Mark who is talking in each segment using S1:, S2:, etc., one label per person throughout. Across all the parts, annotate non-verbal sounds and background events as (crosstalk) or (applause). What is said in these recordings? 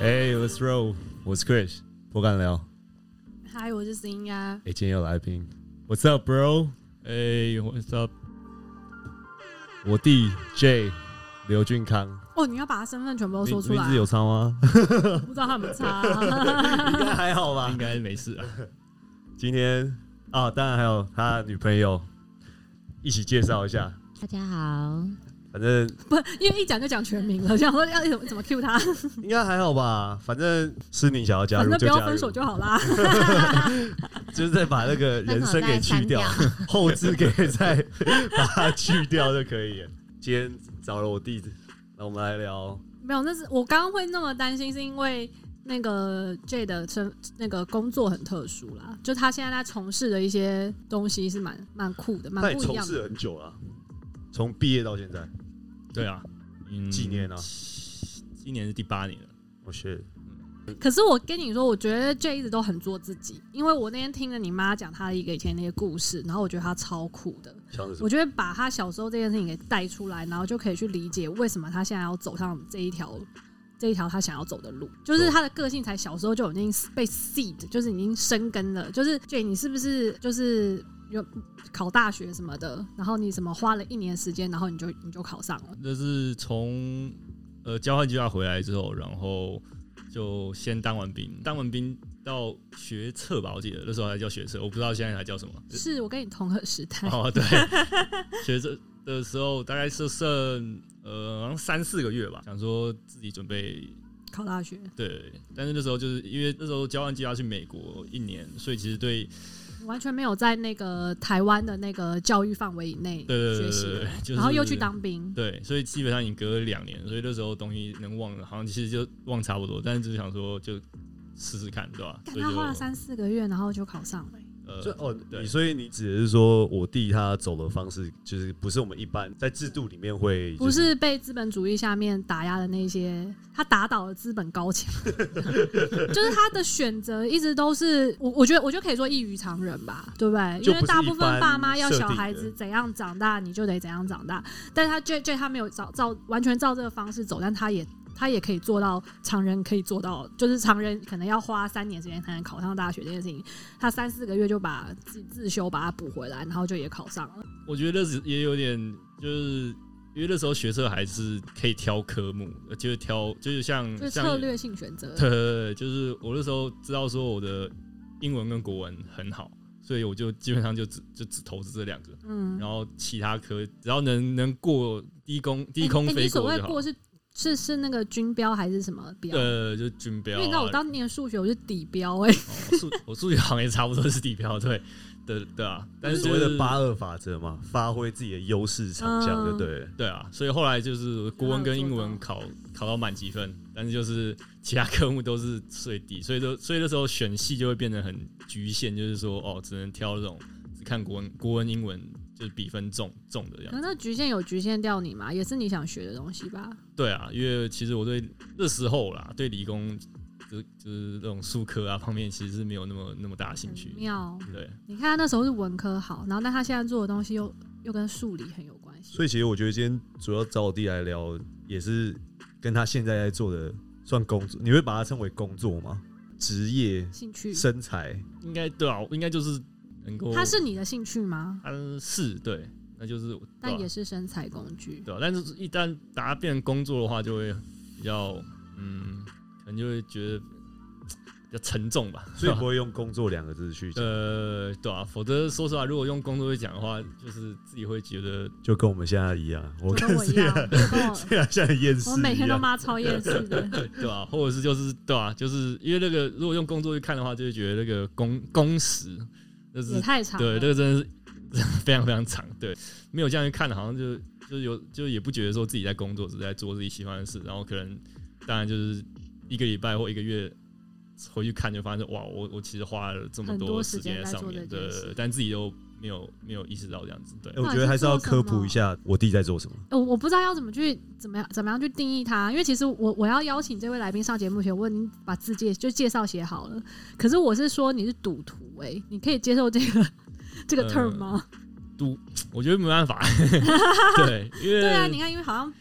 S1: Hey, let's roll！我是 Chris，我敢聊。
S2: 嗨，我是啊新呀。
S1: 哎，今天有来宾，What's up, bro？
S3: 哎，What's up？
S1: 我弟 J 刘俊康，
S2: 哦，你要把他身份全部都说
S1: 名
S2: 出
S1: 名
S2: 来啊
S1: 字，有差
S3: (laughs)
S1: 吗？
S2: 我不知道他们差。啊
S1: 应该还好吧
S3: 应。该没事啊。
S1: 今天啊，当然还有他女朋友，一起介绍一下。
S4: 大家好，
S1: 反正
S2: 不， (laughs) 因为一讲就讲全名了，想说要怎么怎么 Q 他，
S1: 应该还好吧。反正是你想要加
S2: 反
S1: 入
S2: 正
S1: 就
S2: 不
S1: 加
S2: 要
S1: 入，
S2: 分手就好啦。 (laughs)
S1: 就是再把那个人声给去掉， (laughs) 后置给再把它去掉就可以了。今天找了我弟子，那我们来聊。
S2: 没有，那是我刚刚会那么担心，是因为那个 J 的身那个工作很特殊啦，就他现在在从事的一些东西是蛮蛮酷的，蛮
S1: 那你
S2: 不一
S1: 从
S2: 样的。
S1: 事很久了，哦从毕业到现在，
S3: 对啊，嗯，
S1: 几年啊？
S3: 今年是第八年了。
S1: 我学
S2: 可是我跟你说，我觉得 J 一直都很做自己，因为我那天听了你妈讲她的一个以前那些故事，然后我觉得她超酷的。
S1: 像是什么
S2: 我觉得把他小时候这件事情给带出来，然后就可以去理解为什么他现在要走上这一条这一条他想要走的路，就是他的个性才小时候就已经被 seed，就是已经生根了。就是 J，你是不是就是有考大学什么的，然后你什么花了一年时间，然后你就你就考上了。
S3: 那是从呃交换计划回来之后，然后就先当完兵，当完兵到学测吧，我记得那时候还叫学测，我不知道现在还叫
S2: (laughs)
S3: 什么。
S2: 是我跟你同个时代，
S3: 哦，对，学测的时候大概是剩呃好像三四个月吧，想说自己准备
S2: 考大学
S3: 对，但是那时候就是因为那时候交换计划去美国一年，所以其实对
S2: 完全没有在那个台湾的那个教育范围以内
S3: 对对
S2: 学
S3: 对
S2: 习
S3: 对
S2: 的
S3: 对，，就是
S2: 然后又去当兵。
S3: 对，所以基本上已经隔了两年，所以那时候东西能忘了，好像其实就忘差不多，但是就是想说就试试看，对吧？
S2: 干
S3: 所以
S2: 他
S3: 就
S2: 花了三四个月，然后就考上了、
S1: 就
S3: 呃，
S1: 哦，
S3: 对
S1: 你所以你只是说我弟他走的方式，就是不是我们一般在制度里面会、
S2: 不是被资本主义下面打压的那些，他打倒了资本高
S1: (laughs)
S2: 墙，就是他的选择一直都是我，我觉得我就可以说异于常人吧，对不对？
S1: 就
S2: 因
S1: 不是
S2: 为大部分爸妈要
S1: 一般设
S2: 小
S1: 定的
S2: 孩子怎样长大，你就得怎样长大，但他 J J 他没有照照完全照这个方式走，但他也。他也可以做到常人可以做到，就是常人可能要花三年时间才能考上大学这件事情，他三四个月就把自己自修把它补回来，然后就也考上了。
S1: 嗯
S3: 我觉得那时也有点就是。因为那时候学测还是可以挑科目，呃就是挑就是像
S2: 就是
S3: 像
S2: 策略性选择，
S3: 对对对，就是我那时候知道说我的英文跟国文很好，所以我就基本上就只就只投资这两个，
S2: 嗯，
S3: 然后其他科只要能能过低空低空
S2: 欸欸
S3: 飞
S2: 你所
S3: 过
S2: 谓
S3: 就好。
S2: 过是是是那个军标还是什么标？
S3: 呃，就军标、
S2: 因
S3: 啊，
S2: 为你知道我当年数学我是底标哎、
S3: 哦数我数学好像也差不多是底标，对对对啊，但是
S1: 所谓
S3: 就
S1: 的
S3: 是
S1: 八二法则嘛，发挥自己的优势长项，
S2: 嗯
S1: 对不对了？
S3: 对啊，所以后来就是国文跟英
S2: 然后
S3: 文
S2: 有
S3: 考考到满积分，但是就是其他科目都是最低，所以就所以那时候选系就会变得很局限，就是说哦，只能挑这种只看国文国文英文就是比分重重的这样
S2: 可。是那局限有局限掉你嘛，也是你想学的东西吧？
S3: 对啊，因为其实我对那时候啦，对理工就就是这种数科啊方面其实是没有那么那么大的兴
S2: 很
S3: 趣。
S2: 妙，
S3: 对，
S2: 你看他那时候是文科好，然后但他现在做的东西又又跟数理很有关系。
S1: 所以其实我觉得今天主要找我弟来聊，也是跟他现在在做的算工作，你会把它称为工作吗？职业、
S2: 兴趣，
S1: 身
S3: (laughs)
S1: 材，
S3: 应该对啊，应该就是能够
S2: 它是你的兴趣吗？
S3: 嗯，是对，那就是对吧啊
S2: 但也是身材工具。
S3: 对吧？但是一旦把它变成工作的话，就会比较嗯，可能就会觉得嘖比较沉重吧。
S1: 所以不会用工作两个字去讲，
S3: (laughs) 呃，对啊，否则说实话，如果用工作去讲的话，就是自己会觉得
S1: 就跟我们现在一
S2: (laughs)
S1: 样，我
S2: 就
S1: 跟
S2: 跟我一
S3: (laughs)
S2: 样，就跟我
S1: 现在 (laughs) 像厌世
S2: 我每天
S1: 一
S2: 都
S1: 样。
S2: 妈超厌世的，
S3: 对吧、或者是就是对吧、就是因为那个如果用工作去看的话，就会觉得那个工工时 (laughs) 就是
S2: 也太长
S3: 对，
S2: 了。
S3: 这个真的是 (laughs) 非常非常长。对，没有这样去看，好像就就有就也不觉得说自己在工作，只是在做自己喜欢的事。然后可能当然就是一个礼拜或一个月回去看，就发现哇，我我其实花了这么
S2: 很多
S3: 时
S2: 时
S3: 间
S2: 间
S3: 在
S2: 在
S3: 上
S2: 做
S3: 面，
S2: 这
S3: 对
S2: 件
S3: 对
S2: 事
S3: 对，但自己都没有没有意识到这样子。对
S1: 哎，我觉得还是要科普一下我弟在做什么。
S2: 呃我不知道要怎么去怎么样怎么样去定义它，因为其实我我要邀请这位来宾上节目前，我已经把自介就介绍写好了。可是我是说你是赌徒哎、你可以接受这个这
S1: 嗯
S2: 个
S3: 呃
S2: term 吗？ (laughs)
S3: 我觉得没办法，对，因为
S2: 啊对啊，你看，因为好像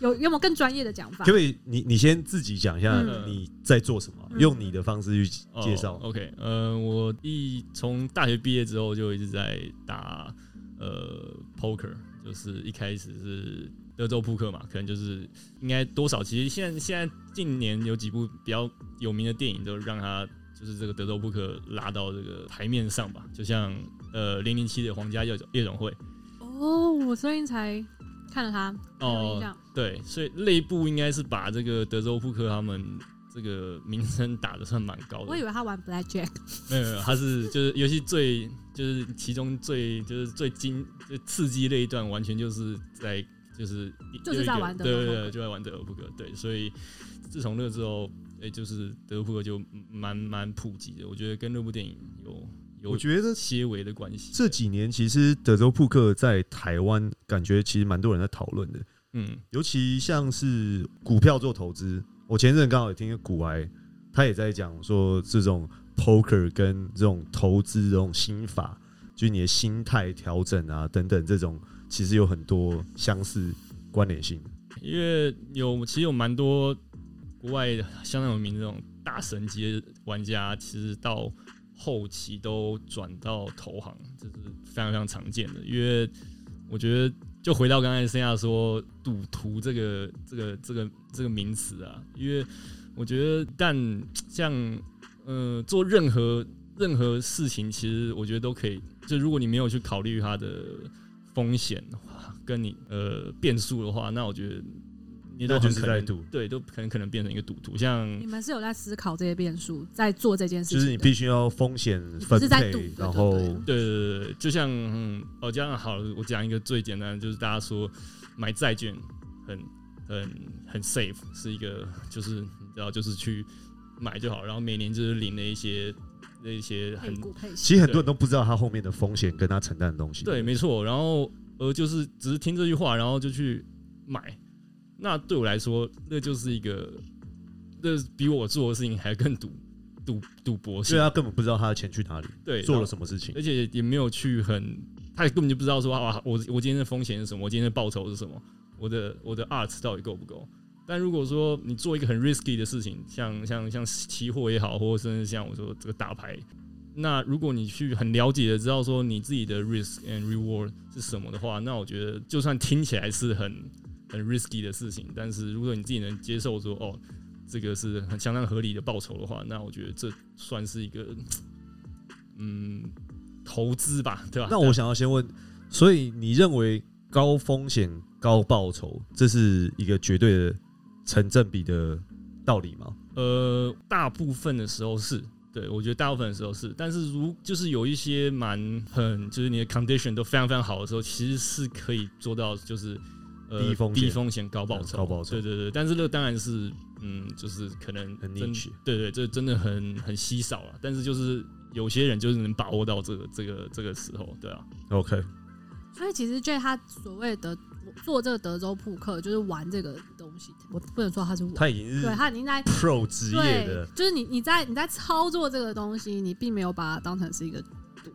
S2: 有有没有更专业的讲法
S1: 可不？可以你你先自己讲一下
S2: 嗯
S1: 你在做什么，
S2: 嗯
S1: 用你的方式去
S3: 哦
S1: 介绍。
S3: OK，呃，我一从大学毕业之后就一直在打呃 poker，就是一开始是德州扑克嘛，可能就是应该多少，其实现在现在近年有几部比较有名的电影都让他就是这个德州扑克拉到这个台面上吧，就像呃零零七的皇家夜总夜总会。
S2: 哦，我最近才看了他，有印
S3: 哦
S2: 象，
S3: 对，所以内部应该是把这个德州扑克他们这个名声打得算蛮
S1: 哦
S3: 高的
S2: 我以。为他玩 Black Jack，
S3: 没有，没有，他是就是游戏最就是其中最就是最惊就刺激那一段，完全就是在就是一
S2: 就是在玩德
S3: 对
S2: 州
S3: 对
S2: 扑
S3: 对，
S2: 克
S3: 就在玩德州扑克。对，所以自从那之后，哎、就是德州扑克就蛮蛮普及的。我觉得跟那部电影有
S1: 我
S3: 有
S1: 觉得
S3: 些微的关系。
S1: 这几年其实德州扑克在台湾感觉其实蛮多人在讨论的，
S3: 嗯
S1: 尤其像是股票做投资。我前阵刚好也听一个股癌，他也在讲说这种 poker 跟这种投资这种心法，就是你的心态调整啊等等这种，其实有很多相似关联性。
S3: 因为有其实有蛮多国外相当有名的这种大神级的玩家，其实到后期都转到投行，这是非常非常常见的。因为我觉得，就回到刚才剩下说赌徒这个这个这个这个名词啊，因为我觉得，但像呃做任何任何事情，其实我觉得都可以。就如果你没有去考虑它的风险跟你呃变数的话，那我觉得你都
S1: 那
S3: 很
S1: 就是
S3: 可
S1: 在
S3: 能
S1: 赌
S3: 对，都可能可能变成一个赌徒。像
S2: 你们是有在思考这些变数，在做这件事
S1: 嗯
S2: 情
S1: 就
S2: 的，
S1: 是你必须要风险分
S2: 是在赌
S1: 配，
S2: 对
S1: 然后
S2: 对对
S3: 对对对对，就像嗯，哦，这样好了，我讲一个最简单的，就是大家说买债券很很很 safe，是一个就是你知道就是去买就好，然后每年就是领了一些那一些很
S2: 配股配息，
S1: 其实很多人都不知道他后面的风险跟他承担的东西。
S3: 对，没错。然后呃，就是只是听这句话，然后就去买。那对我来说，那就是一个，那比我做的事情还更赌赌赌博
S1: 所
S3: 性
S1: 以。他根本不知道他的钱去哪里，
S3: 对，
S1: 啊做
S3: 然
S1: 了
S3: 后
S1: 什么事情。
S3: 而且也没有去很，他也根本就不知道说啊，我我今天的风险是什么，我今天的报酬是什么，我的我的 art 到底够不够？但如果说你做一个很 risky 的事情，像像像期货也好，或者甚至像我说这个打牌，那如果你去很了解的知道说你自己的 risk and reward 是什么的话，那我觉得就算听起来是很很 risky 的事情，但是如果你自己能接受说哦，这个是很相当合理的报酬的话，那我觉得这算是一个嗯投资吧，对吧？
S1: 那我想要先问，所以你认为高风险高报酬，这是一个绝对的成正比的道理吗？
S3: 呃，大部分的时候是。对，我觉得大部分的时候是，但是如就是有一些蛮很，就是你的 condition 都非常非常好的时候，其实是可以做到就是呃
S1: 低风险
S3: 低风险高报酬，
S1: 嗯高报酬
S3: 对对对，但是这当然是嗯，就是可能
S1: 很
S3: 真
S1: niche
S3: 对对，这真的很很稀少了。但是就是有些人就是能把握到这个这个这个时候，对啊，
S1: OK，
S2: 所以其实 J 他所谓的做这个德州扑克，就是玩这个东西，我不能说他是玩，
S1: 他已经
S2: 对
S1: 是
S2: 他已经在
S1: (laughs) pro 职业
S2: 对
S1: 的，，
S2: 就是你你在你在操作这个东西，你并没有把它当成是一个赌，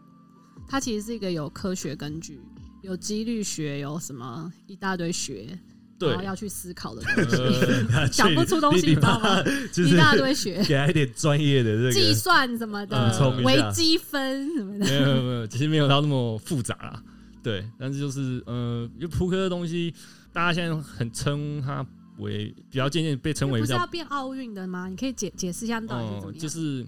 S2: 它其实是一个有科学根据、有几率学、有什么一大堆学，
S3: 对
S2: 然后，要去思考的东西，
S3: 呃
S2: 讲不出东西，
S1: 你你
S2: 你知道吗？
S1: (laughs) 就
S2: 一
S1: 是
S2: 大堆学，
S1: (laughs) 给他一点专业的这
S2: 计
S1: 个。
S2: 算什么
S3: 呃
S1: 补
S2: 的，
S1: 充一
S2: 微
S1: 下，
S2: 积分什么
S1: (laughs)
S2: 的，
S3: 没有没有没有，其实没有到那么复杂啦。对，但是就是呃，因为扑克的东西，大家现在很称它为比较渐渐被称为
S2: 不是
S3: 叫
S2: 要变奥运的吗？你可以解解释一下到底是怎么
S3: 哦，
S2: 样？
S3: 就是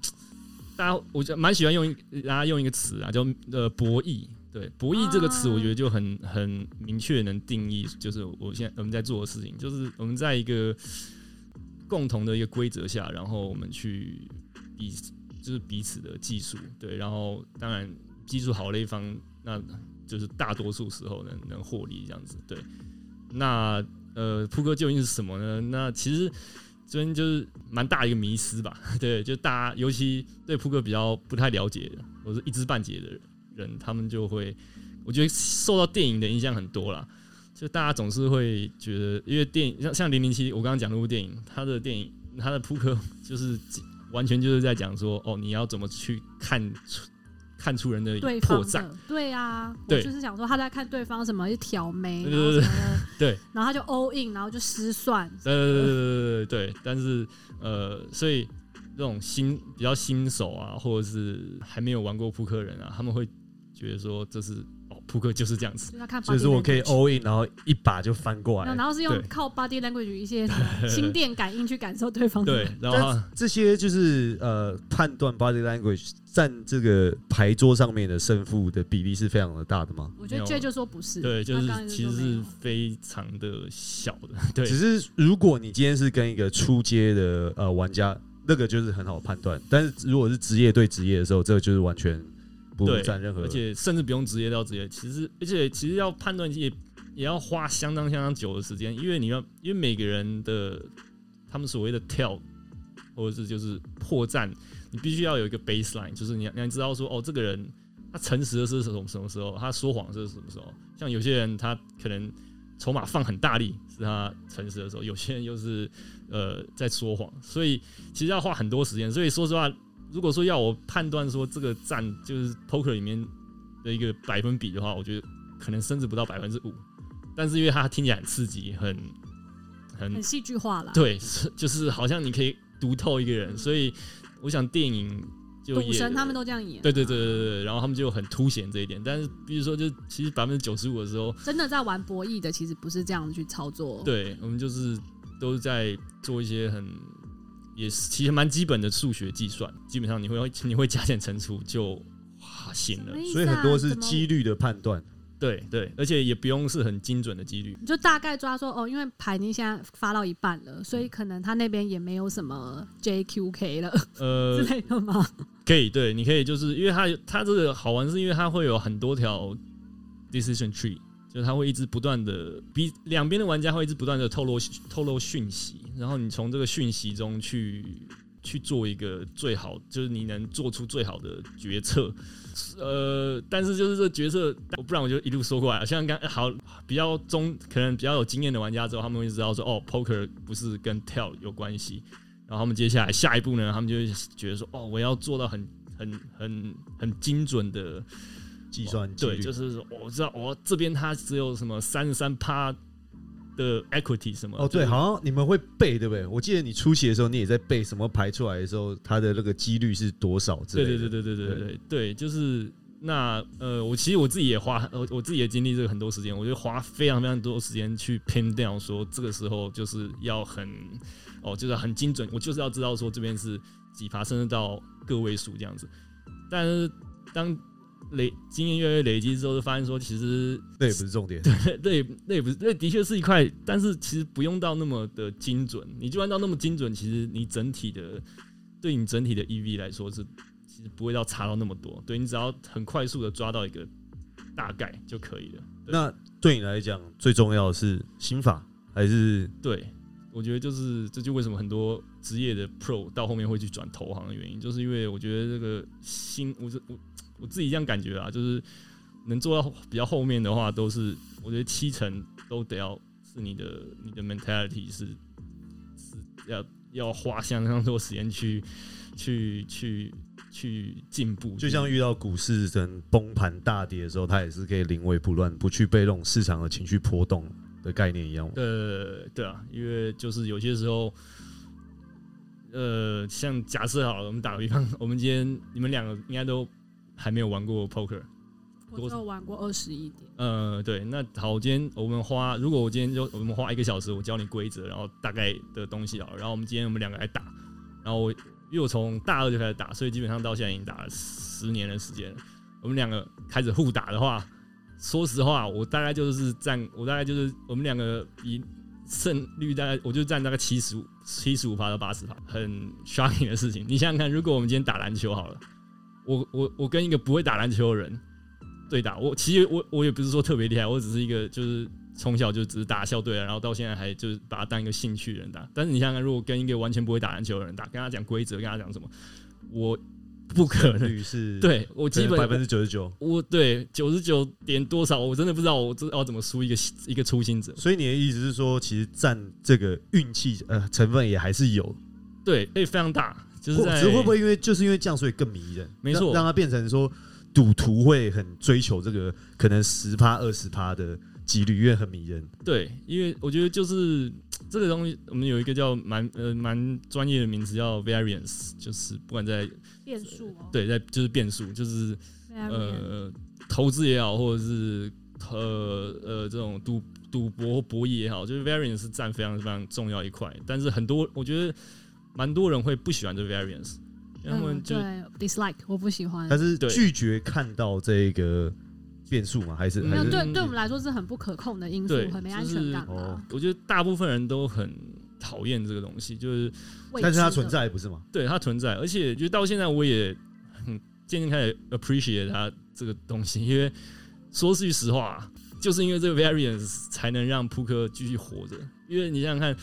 S3: 大家我觉得蛮喜欢用一大家用一个词啊，叫呃博弈。对“博弈”这个词，
S2: 啊
S3: 我觉得就很很明确能定义，就是我现在我们在做的事情，就是我们在一个共同的一个规则下，然后我们去比，就是彼此的技术，对，然后当然技术好的一方，那就是大多数时候能能获利这样子，对。那呃，扑克究竟是什么呢？那其实这边就是蛮大一个迷思吧， (laughs) 对，就大家尤其对扑克比较不太了解，或者是一知半解的人，他们就会，我觉得受到电影的影响很多啦。就大家总是会觉得，因为电影像像零零七，我刚刚讲那部电影，它的电影它的扑克就是完全就是在讲说，哦，你要怎么去看出看出人的
S2: 对方
S3: 破绽。
S2: 的，对啊，我
S3: 对
S2: 就是想说他在看对方什么挑眉，
S3: 对
S2: 然后
S3: 对
S2: 什么的，
S3: 对，
S2: 然后他就 all in，然后就失算，
S3: 对对对对对对对，但是呃，所以这种新比较新手啊，或者是还没有玩过扑克的人啊，他们会觉得说这是哦，扑克就是这样子，
S2: 就是他看 body
S1: 就是我可以
S2: language
S1: all in，然后一把就翻过来
S2: 然。后是用
S3: 对
S2: 靠 body language 一些什么心电感应去感受对方的
S3: 对，然后他
S1: 这些就是呃，判断 body language 占这个牌桌上面的胜负的比例是非常的大的吗？
S2: 我觉得
S3: 没有
S2: J 就说不是，
S3: 对，就
S2: 他
S3: 是
S2: 刚才
S3: 其
S2: 说
S3: 实
S2: 没
S3: 是嗯
S2: 有
S3: 非常的小的，对
S1: 只是如果你今天是跟一个初阶的呃玩家，那个就是很好判断。但是如果是职业对职业的时候，这个就是完全不
S3: 对
S1: 占任何
S3: 而。且甚至不用职业到职业，其实而且其实要判断也也要花相当相当久的时间，因为你要因为每个人的他们所谓的 tell 或者是就是破绽，你必须要有一个 baseline，就是你要你要知道说哦，这个人他诚实的是什么什么时候，他说谎的是什么时候。像有些人他可能筹码放很大力是他诚实的时候，有些人又是呃在说谎，所以其实要花很多时间。所以说实话，如果说要我判断说这个占就是 poker 里面的一个百分比的话，我觉得可能甚至不到百分之五。但是因为它听起来很刺激，很很
S2: 很戏剧化啦。
S3: 对，是就是好像你可以读透一个人，所以我想电影就
S2: 赌
S3: 也
S2: 神他们都这样演，
S3: 对对对对对对，然后他们就很凸显这一点。但是比如说，就其实百分之九十五的时候，
S2: 真的在玩博弈的其实不是这样去操作，
S3: 对我们就是都在做一些很也是其实蛮基本的数学计算，基本上你会你会加减乘除就哇行
S2: 什
S3: 了
S2: 么。意思啊，
S1: 所以很多是
S2: 怎么
S1: 几率的判断，
S3: 对对，而且也不用是很精准的几率。
S2: 你就大概抓说哦，因为牌你现在发到一半
S3: 嗯
S2: 了，所以可能他那边也没有什么 JQK
S3: (laughs)
S2: 了、
S3: 呃
S2: 之，类的吗？
S3: 可以，对，你可以就是因为它它这个好玩，是因为它会有很多条 decision tree，就是它会一直不断的比两边的玩家会一直不断的透露透露讯息，然后你从这个讯息中去去做一个最好，就是你能做出最好的决策。呃，但是就是这决策，不然我就一路说过来，像刚好比较中可能比较有经验的玩家之后，他们会知道说哦，poker 不是跟 tell 有关系，然后他们接下来下一步呢，他们就会觉得说，哦，我要做到很很很很精准的
S1: 计算几
S3: 对，
S1: 率。
S3: 就是说我知道我这边它只有什么三十三趴的 equity 什么
S1: 哦，
S3: 就
S1: 对，
S3: 是
S1: 好像你们会背，对不对？我记得你出席的时候，你也在背什么牌出来的时候，它的那个几率是多少之类
S3: 对
S1: 的。
S3: 对对对对对对对对，就是那呃，我其实我自己也花，我我自己也经历这个很多时间，我就花非常非常多时间去 pin down，说这个时候就是要很哦，就是很精准，我就是要知道说这边是几趴，甚至到个位数这样子。但是当累经验越来越累积之后，就发现说其实
S1: 那也不是重点。
S3: (laughs) 那也那也不是，那的确是一块，但是其实不用到那么的精准。你就算到那么精准，其实你整体的对你整体的 EV 来说是其实不会到差到那么多。对你只要很快速的抓到一个大概就可以了。
S1: 那对你来讲，最重要的是心法还是
S3: 对，我觉得就是这就为什么很多职业的 Pro 到后面会去转投行的原因，就是因为我觉得这个心，我是我我自己这样感觉啊，就是能做到比较后面的话，都是我觉得七成都得要是你的你的 mentality 是是要要花相当多时间去去去去进步，
S1: 就像遇到股市等崩盘大跌的时候，它也是可以临危不乱，不去被那种市场的情绪波动的概念一样吗？
S3: 呃，对啊，因为就是有些时候，呃，像假设好了，我们打个比方，我们今天你们两个应该都还没有玩过 poker，
S2: 我只有玩过二十一点，
S3: 呃，对，那好，今天我们花，如果我今天就我们花一个小时，我教你规则，然后大概的东西好了，然后我们今天我们两个来打，然后我因为我从大二就开始打，所以基本上到现在已经打了十年的时间了。我们两个开始互打的话，说实话，我大概就是占，我大概就是我们两个比胜率大概我就占大概七十五、七十五趴到八十趴，很 shocking 的事情。你想想看，如果我们今天打篮球好了，我我我跟一个不会打篮球的人对打，我其实我我也不是说特别厉害，我只是一个就是从小就只是打校队啊，然后到现在还就是把它当一个兴趣的人打。但是你想想看，如果跟一个完全不会打篮球的人打，跟他讲规则，跟他讲什么，我不可能。
S1: 率是，
S3: 对我基本
S1: 百分之九十九。
S3: 我对九十九点多少，我真的不知道我这要怎么输一个一个初心者。
S1: 所以你的意思是说，其实占这个运气呃成分也还是有，
S3: 对，哎、非常大，就是
S1: 或
S3: 在
S1: 只是会不会因为就是因为这样，所以更迷人？
S3: 没错
S1: 让让它变成说赌徒会很追求这个可能十趴二十趴的几率，因为很迷人。
S3: 对，因为我觉得就是这个东西，我们有一个叫蛮呃蛮专业的名词叫 variance，就是不管在
S2: 变数哦，
S3: 对在就是变数，就是
S2: 呃，
S3: 呃投资也好，或者是呃呃这种赌赌博或博弈也好，就是 variance 是占非常非常重要一块。但是很多我觉得蛮多人会不喜欢这 variance，因为他们
S2: 嗯
S3: 就、
S2: 对 dislike 我不喜欢
S1: 但，是
S3: 对
S1: 拒绝看到这个变数嘛，还是
S3: 嗯
S1: 还
S2: 那
S1: 是
S2: 对对我们来说是很不可控的因素
S3: 对，
S2: 很没
S3: 就
S2: 安全
S3: 是
S2: 感
S1: 哦
S2: 啊。
S3: 我觉得大部分人都很讨厌这个东西，就是
S2: 未
S1: 但是它
S2: 知的
S1: 存，在不是吗？
S3: 对它存在，而且就到现在我也很渐渐开始 appreciate 它这个东西，因为说句实话，就是因为这个 variance 才能让扑克继续活着。因为你想想看，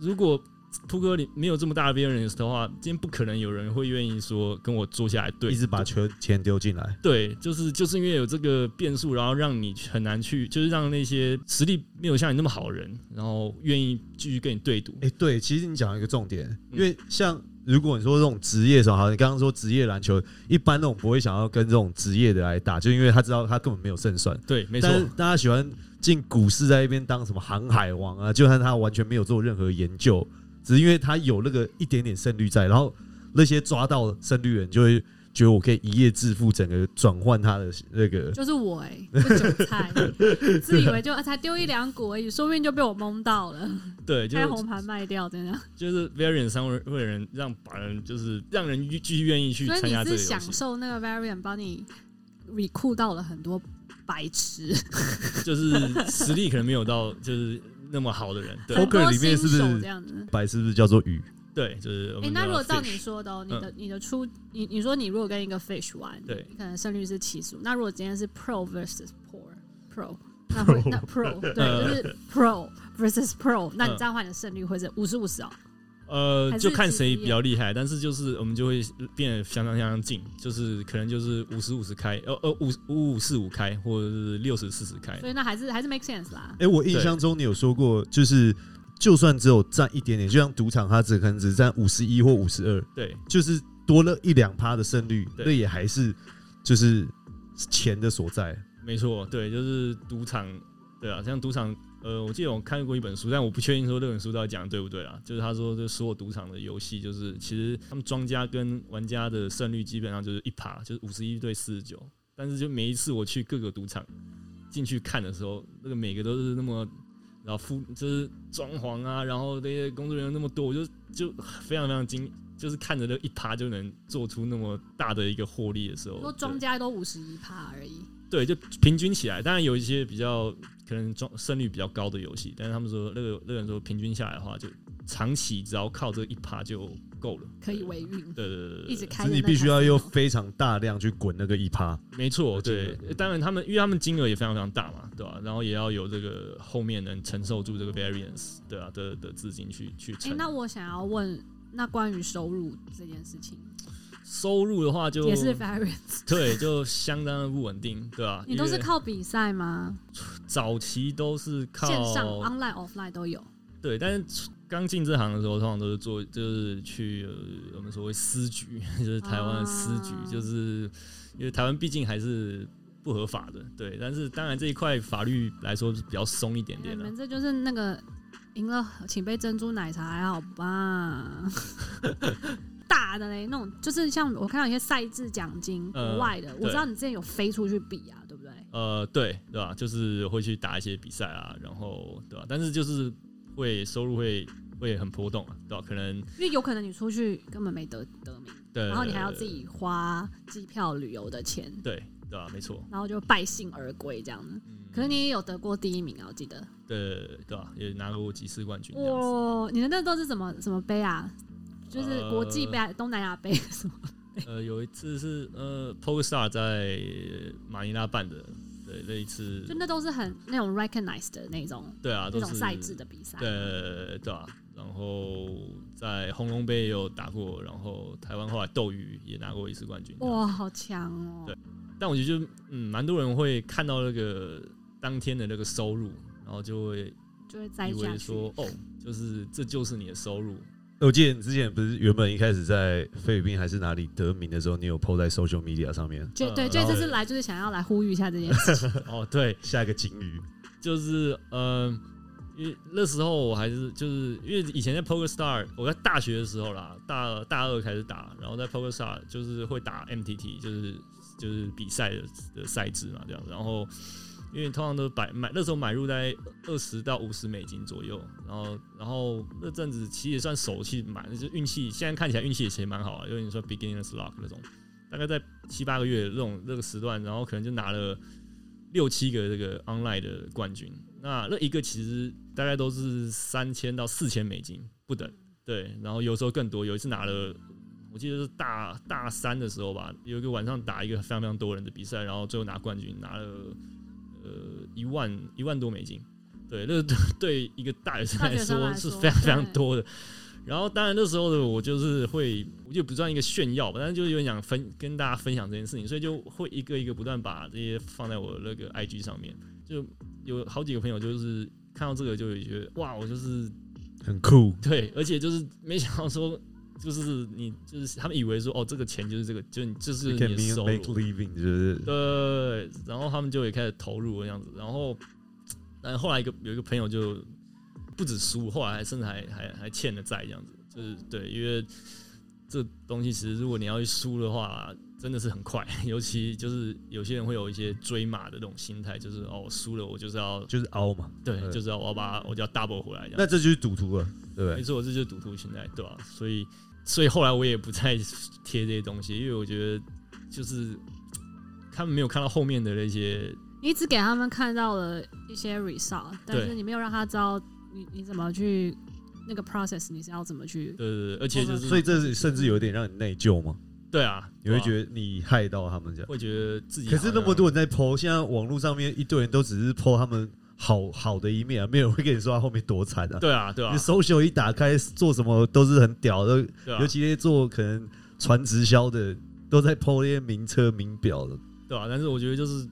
S3: 如果扑克里没有这么大的 variance 的话，今天不可能有人会愿意说跟我坐下来对，嗯
S1: 一直把球钱丢进来，
S3: 对，就是就是因为有这个变数，然后让你很难去，就是让那些实力没有像你那么好的人，然后愿意继续跟你对赌。
S1: 哎、对，其实你讲一个重点，
S3: 嗯
S1: 因为像如果你说这种职业手，好，你刚刚说职业篮球，一般那种不会想要跟这种职业的来打，就因为他知道他根本没有胜算。
S3: 对，没错
S1: 但，是大家喜欢进股市，在那边当什么航海王啊，就算他完全没有做任何研究，只是因为他有那个一点点胜率在，然后那些抓到胜率的人就会觉得我可以一夜致富，整个转换他的那个。
S2: 就是我哎，我韭
S1: (laughs)
S2: 菜，自以为就啊才丢一两股而已，说不定就被我蒙到了，
S3: 对，就
S2: 开
S3: 是
S2: 红盘卖掉，真的。
S3: 就是 variant 三位会人让把人就是让人继续愿意去
S2: 所以
S3: 参加
S2: 你
S3: 这个
S2: 是
S3: 游
S2: 享
S3: 戏，
S2: 受那个 variant 帮你 recruit 到了很多白痴，
S3: 就是实力可能没有到就是那么好的人，
S2: (laughs)
S3: 对
S2: 很多
S1: Poker 里面
S2: 新
S1: 是不是
S2: 手这样子。
S1: 白是不是叫做鱼？
S3: 对，就是我
S2: 哎、
S3: 们
S2: 那
S3: 叫
S2: 如果照
S3: fish 嗯
S2: 你说的、哦，你的、你的出你你说你如果跟一个 fish 玩，
S3: 对
S2: 你可能胜率是七十五。那如果今天是 pro versus poor pro，那
S3: (laughs)
S2: 会那 pro 对，就是 pro versus pro，那你
S3: 嗯
S2: 这样的话你的胜率会是五十五十哦。
S3: 呃，
S2: 还是
S3: 就看
S2: 职
S3: 谁
S2: 业
S3: 比较厉害，但是就是我们就会变得相当相当近，就是可能就是五十五十开，呃呃五五五四五开，或者是六十四十开
S2: 所，以那还是还是 make sense 啦
S1: 哎、。我印象中你有说过，就是就算只有占一点点，就像赌场，它只可能只占五十一或五十二，
S3: 对
S1: 就是多了一两趴的胜率，
S3: 对
S1: 那也还是就是钱的所在。
S3: 没错，对，就是赌场，对啊，像赌场，呃，我记得我看过一本书，但我不确定说这本书到底讲得对不对啊。就是他说，这所有赌场的游戏，就是其实他们庄家跟玩家的胜率基本上就是一趴，就是五十一对四十九。但是就每一次我去各个赌场进去看的时候，那个每个都是那么，然后付就是装潢啊，然后那些工作人员那么多，我就就非常非常惊，就是看着这一趴就能做出那么大的一个获利的时候，
S2: 说
S3: 对
S2: 庄家都五十一趴而已，
S3: 对，就平均起来。当然有一些比较可能中胜率比较高的游戏，但是他们说那个那个人说平均下来的话，就长期只要靠这一趴就够了。
S2: 可以维运，
S3: 对对对对对，
S2: 一直开
S1: 是
S2: 着
S1: 你
S2: 那
S1: 必须要
S2: casino
S1: 用非常大量去滚那个一趴。
S3: 没错，
S1: 金
S3: 对
S1: 额嗯。
S3: 当然他们因为他们金额也非常非常大嘛，对吧、然后也要有这个后面能承受住这个 variance，对啊的的资金去去
S2: 哎、
S3: 承。
S2: 那我想要问，那关于收入这件事情，
S3: 收入的话就
S2: 也是 variance，
S3: 对，就相当的不稳定，对吧、
S2: 你都
S3: 因
S2: 是
S3: 为
S2: 靠比赛吗？
S3: 早期都是靠
S2: 线上、online、offline 啊都有。
S3: 对，但是刚进这行的时候，通常都是做就是去、呃、我们所谓私局， (laughs) 就是台湾的私局，
S2: 啊
S3: 就是因为台湾毕竟还是不合法的，对。但是当然这一块法律来说是比较松一点
S2: 哎
S3: 点啊
S2: 你
S3: 的、
S2: 们这就是那个赢了请杯珍珠奶茶，还好
S3: (laughs)
S2: 吧？大的嘞，那种就是像我看到一些赛制奖金，
S3: 呃
S2: 国外的，我
S3: 对
S2: 知道你之前有飞出去比啊，对不对？
S3: 呃，对，对吧？就是会去打一些比赛啊，然后对吧？但是就是会收入会会很波动啊，对吧？可能
S2: 因为有可能你出去根本没得得名，
S3: 对，
S2: 然后你还要自己花机票、旅游的钱，
S3: 对对吧？没错，
S2: 然后就败兴而归这样子。
S3: 嗯
S2: 可是你也有得过第一名啊，我记得。
S3: 对对吧？也拿过几次冠军这样子。
S2: 哇，你的那都是什么什么杯啊？就是国际杯、啊、东南亚杯什么？
S3: 呃，有一次是呃 p o s t a r 在马尼拉办的，对，那一次
S2: 就，那都是很那种 recognized 的那种
S3: 对啊，
S2: 那
S3: 都
S2: 种
S3: 是
S2: 赛制的比赛。
S3: 对对啊，然后在红龙杯也有打过，然后台湾后来斗鱼也拿过一次冠军。
S2: 哇，好强哦！
S3: 对但我觉得就嗯，蛮多人会看到那个当天的那个收入，然后就会
S2: 就会栽
S3: 以
S2: 下
S3: 为
S2: 去。
S3: 说哦，就是这就是你的收入，
S1: 我记得你之前不是原本一开始在菲律宾还是哪里得名的时候，你有 PO 在 social media 上面，
S2: 就对，
S3: 嗯
S2: 就
S1: 然后
S2: 这次来就是想要来呼吁一下这件事。
S3: 哦，对，
S1: 下一个金鱼，
S3: 就是呃，因为那时候我还是就是因为以前在 Poker Star，我在大学的时候啦，大大二开始打，然后在 Poker Star 就是会打 MTT，就是就是比赛的的赛制嘛，这样子。然后因为通常都买买那时候买入在二十到五十美金左右，然后然后那阵子其实也算手气买，就运气。现在看起来运气也其实蛮好啊，因为你说 beginner's luck 那种，大概在七八个月这种那个时段，然后可能就拿了。六七个这个 online 的冠军，那那一个其实大概都是三千到四千美金不等，对，然后有时候更多，有一次拿了，我记得是大大三的时候吧，有一个晚上打一个非常非常多人的比赛，然后最后拿冠军，拿了呃一万一万多美金，对，那个对一个大学生
S2: 大
S3: 来
S2: 学生
S3: 说
S2: 来
S3: 是
S2: 说
S3: 非常非常
S2: 对
S3: 多的。然后当然那时候的我就是会，我就不算一个炫耀吧，但是就是有点想分跟大家分享这件事情，所以就会一个一个不断把这些放在我那个 IG 上面，就有好几个朋友就是看到这个就会觉得哇，我就是
S1: 很酷，
S3: (laughs) 对，而且就是没想到说。就是你，就是他们以为说，哦，这个钱就是这个，就你这是
S1: You
S3: 你
S1: can
S3: 的收
S1: make
S3: 入，
S1: living，就是
S3: 对，然后他们就也开始投入这样子，然后，但后来一个有一个朋友就不止输，后来还甚至还还还欠了债这样子，就是对，因为这东西其实如果你要去输的话，真的是很快， (laughs) 尤其就是有些人会有一些追马的那种心态，就是哦，我输了我就是要
S1: 就是凹嘛，
S3: 对，
S1: 嗯
S3: 就是要我要把我就要 double 回来这样子
S1: 那这就是赌徒了，对不
S3: 没
S1: 对？
S3: 错，这就是赌徒心态，对吧、所以，所以后来我也不再贴这些东西，因为我觉得就是他们没有看到后面的那些，
S2: 你只给他们看到了一些 result，但是
S3: 对
S2: 你没有让他知道你你怎么去那个 process，你是要怎么去。
S3: 呃，而且就是
S1: 所以这是甚至有点让你内疚嘛，
S3: 对啊，
S1: 你会
S3: 得
S1: 觉得你害到他们这样。
S3: 会觉得自己
S1: 可是
S3: 好
S1: 那
S3: 像
S1: 么多人在 PO，现在网络上面一堆人都只是 PO 他们好好的一面啊，没有人会跟你说他后面多惨啊。
S3: 对啊，对啊
S1: 你，social 一打开，做什么都是很屌的，
S3: 对啊
S1: 尤，其那些做可能传直销的，都在 PO 那些名车名表的。
S3: 对啊，但是我觉得就是。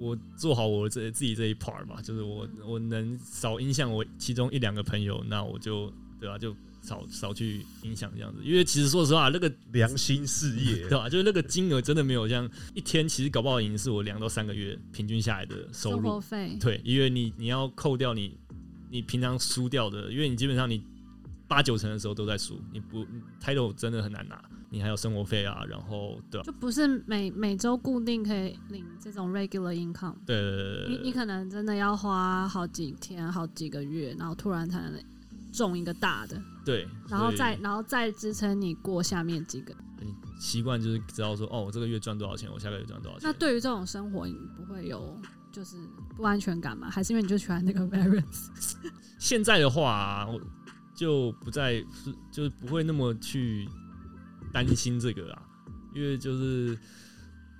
S3: 我做好我这自己这一 part 嘛，就是我我能少影响我其中一两个朋友，那我就对啊，就少少去影响这样子。因为其实说实话，那个
S1: 良心 (laughs) 事业
S3: (laughs) 对啊吧、就是那个金额真的没有像一天，其实搞不好已经是我两到三个月平均下来的收
S2: 生活
S3: 入。
S2: 费，
S3: 对，因为你你要扣掉你你平常输掉的，因为你基本上你八九成的时候都在输，你不 title 真的很难拿，你还有生活费啊，然后对啊
S2: 就不是每每周固定可以领这种 regular income。
S3: 对对对
S2: 你
S3: 对
S2: 你
S3: 对，
S2: 可能真的要花好几天、好几个月，然后突然才能中一个大的，
S3: 对，
S2: 然后
S3: 所以
S2: 再然后再支撑你过下面几个。
S3: 你习惯就是知道说哦，我这个月赚多少钱，我下个月赚多少钱。
S2: 那对于这种生活，你不会有就是不安全感吗？还是因为你就喜欢那个 variance？
S3: 现在的话、我就不再是就是不会那么去担心这个啦，因为就是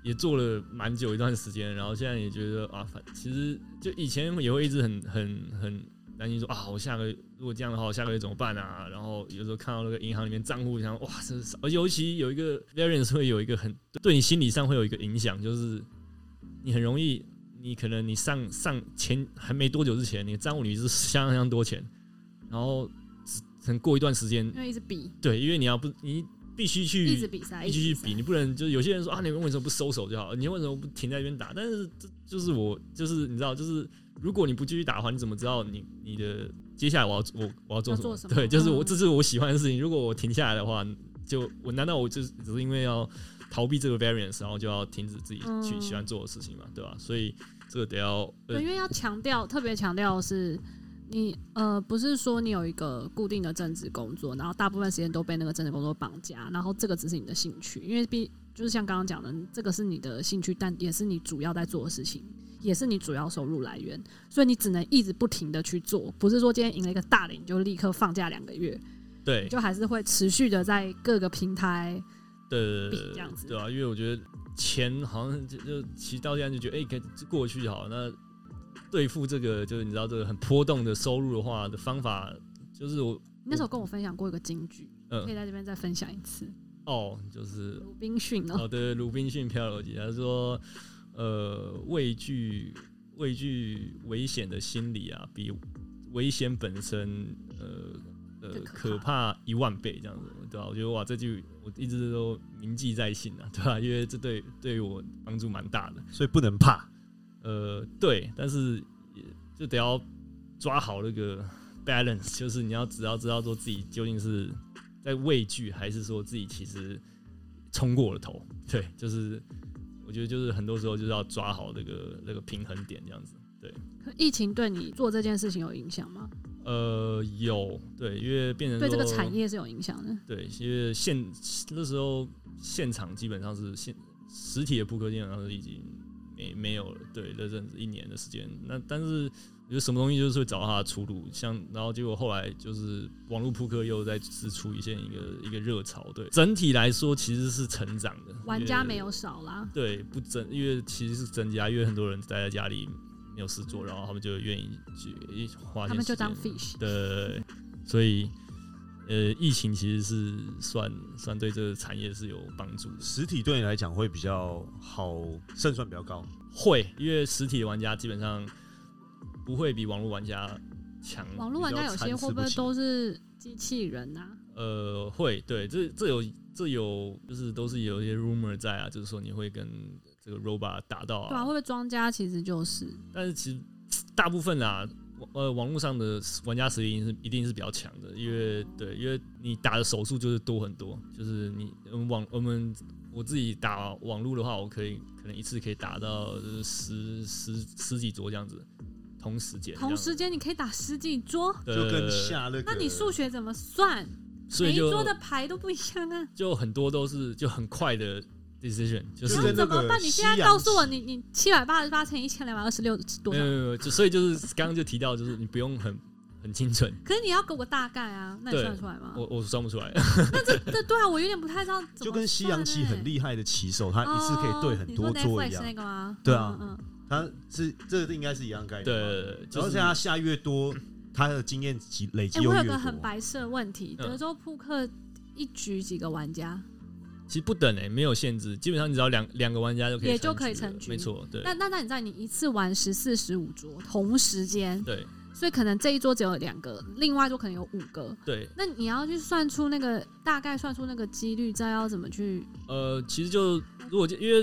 S3: 也做了蛮久一段时间，然后现在也觉得啊，反其实就以前也会一直很很很担心说啊，我下个如果这样的话，我下个月怎么办啊？然后有时候看到那个银行里面账户，想哇，这是而且尤其有一个 variance 会有一个很对你心理上会有一个影响，就是你很容易你可能你上上前还没多久之前，你的账户里是相当相当多钱，然后只可能过一段时间
S2: 因，为一直比，
S3: 对，因为你要不你必须去
S2: 一直比赛，
S3: 一
S2: 一
S3: 直
S2: 直
S3: 去
S2: 赛
S3: 比，你不能就是有些人说啊，你们为什么不收手就好？你为什么不停在那边打？但是这就是我就是你知道，就是如果你不继续打的话，你怎么知道你你的接下来我要我我要做
S2: 要
S3: 什么？
S2: 做什么
S3: 对，就是我
S2: 嗯
S3: 这是我喜欢的事情。如果我停下来的话，就我难道我就是只是因为要逃避这个 variance，然后就要停止自己去
S2: 嗯
S3: 喜欢做的事情嘛？对吧？所以这个得要呃
S2: 对，因为要强调，特别强调的是，你呃，不是说你有一个固定的正职工作，然后大部分时间都被那个正职工作绑架，然后这个只是你的兴趣，因为毕就是像刚刚讲的，这个是你的兴趣，但也是你主要在做的事情，也是你主要收入来源，所以你只能一直不停的去做，不是说今天赢了一个大的你就立刻放假两个月，
S3: 对
S2: 你就还是会持续的在各个平台，
S3: 对
S2: 比这样子
S3: 对啊，因为我觉得钱好像就就其实到现在就觉得，哎、可就过去好，那对付这个就是你知道这个很波动的收入的话的方法，就是我
S2: 你那时候跟我分享过一个金句，可以
S3: 嗯
S2: 在这边再分享一次，
S3: 哦，就是
S2: 鲁滨逊哦，
S3: 哦对，鲁滨逊漂流记，他说呃畏惧畏惧危险的心理啊，比危险本身呃呃
S2: 更可
S3: 可怕一万倍这样子，对吧、啊我觉得哇，这句我一直都铭记在心啊，对吧、因为这对对于我帮助蛮大的。
S1: 所以不能怕。
S3: 呃，对，但是也就得要抓好那个 balance，就是你要只要知道说自己究竟是在畏惧，还是说自己其实冲过了头。对，就是我觉得就是很多时候就是要抓好那个那个平衡点这样子。嗯
S2: 可疫情对你做这件事情有影响吗？
S3: 呃，有对，因为变成
S2: 对这个
S3: 说
S2: 产业是有影响的。
S3: 对，因为现那时候现场基本上是现实体的扑克基本上是已经没没有了，对，那阵子一年的时间。那但是我觉得什么东西就是会找到它的出路，像然后结果后来就是网络扑克又在是出现一个一个热潮，对，整体来说其实是成长的，
S2: 玩
S3: 因
S2: 家
S3: 为
S2: 没有少啦，
S3: 对，不增，因为其实是增加，因为很多人待在家里没有事做，然后他们就愿意去一花
S2: 他
S3: 钱，
S2: 们就当 fish
S3: 对，所以呃，疫情其实是算算对这个产业是有帮助的。
S1: 实体对你来讲会比较好，胜算比较高。
S3: 会，因为实体的玩家基本上不会比网络玩家强。
S2: 网络玩家有
S1: 比
S2: 些
S1: 较参差
S2: 会不
S1: 不
S2: 会
S1: 齐
S2: 都是机器人啊呐、
S3: 呃，会，对，这这有这有就是都是有一些 rumor 在啊，就是说你会跟这个 robot 打到
S2: 对啊，会不会庄家其实就是
S3: 但是其实大部分啊，网呃，网络上的玩家实力一定是一定是比较强的，因为对，因为你打的手速就是多很多，就是你我们网我们我自己打网络的话，我可以可能一次可以打到就是十十十几桌这样子，同时间这样
S2: 同
S3: 子
S2: 时间你可以打十几桌？
S3: 对
S1: 就跟下那个，
S2: 那你数学怎么算？
S3: 所
S2: 每
S3: 以
S2: 一
S3: 就
S2: 桌的牌都不一样啊，
S3: 就很多都是就很快的 decision，就是
S1: 就
S2: 那
S1: 跟那
S2: 怎么
S1: 个
S2: 办？你
S1: 西
S2: 现在
S1: 洋
S2: 告诉我，
S1: 棋
S2: 你你七百八十八乘一千两百二十六多
S3: 没
S2: 少
S3: 有？没有没有，就所以就是刚刚就提到，就是你不用很很精准，
S2: 可是你要给我大概啊，那你
S3: 对
S2: 算得出来吗？
S3: 我我算不出来。
S2: 这对啊，我有点不太知道怎么算欸。哦
S1: 就跟西洋棋很厉害的棋手，他
S2: 害
S1: 一次可以对很多桌一样
S2: 那，个吗？
S1: 对啊
S2: 嗯，嗯
S1: 他是这个应该是一样概念。，
S3: 对，就
S1: 然后现
S3: 是
S1: 在下越多， (clears throat) 他的经验积累积
S2: 哎，
S1: 又
S2: 我
S1: 越
S2: 有个很
S1: 多。
S2: 白痴的问题，
S3: 嗯
S2: 德州扑克一局几个玩家？
S3: 其实不等诶、欸没有限制，基本上你只要两两个玩家就可以
S2: 也
S3: 成
S2: 就可以
S3: 局了
S2: 成局
S3: 没错，对
S2: 那那那你知道你一次玩十四十五桌同时间，
S3: 对
S2: 所以可能这一桌只有两个，另外一桌可能有五个。
S3: 对，
S2: 那你要去算出那个大概算出那个几率，再要怎么去？
S3: 呃，其实就如果就因为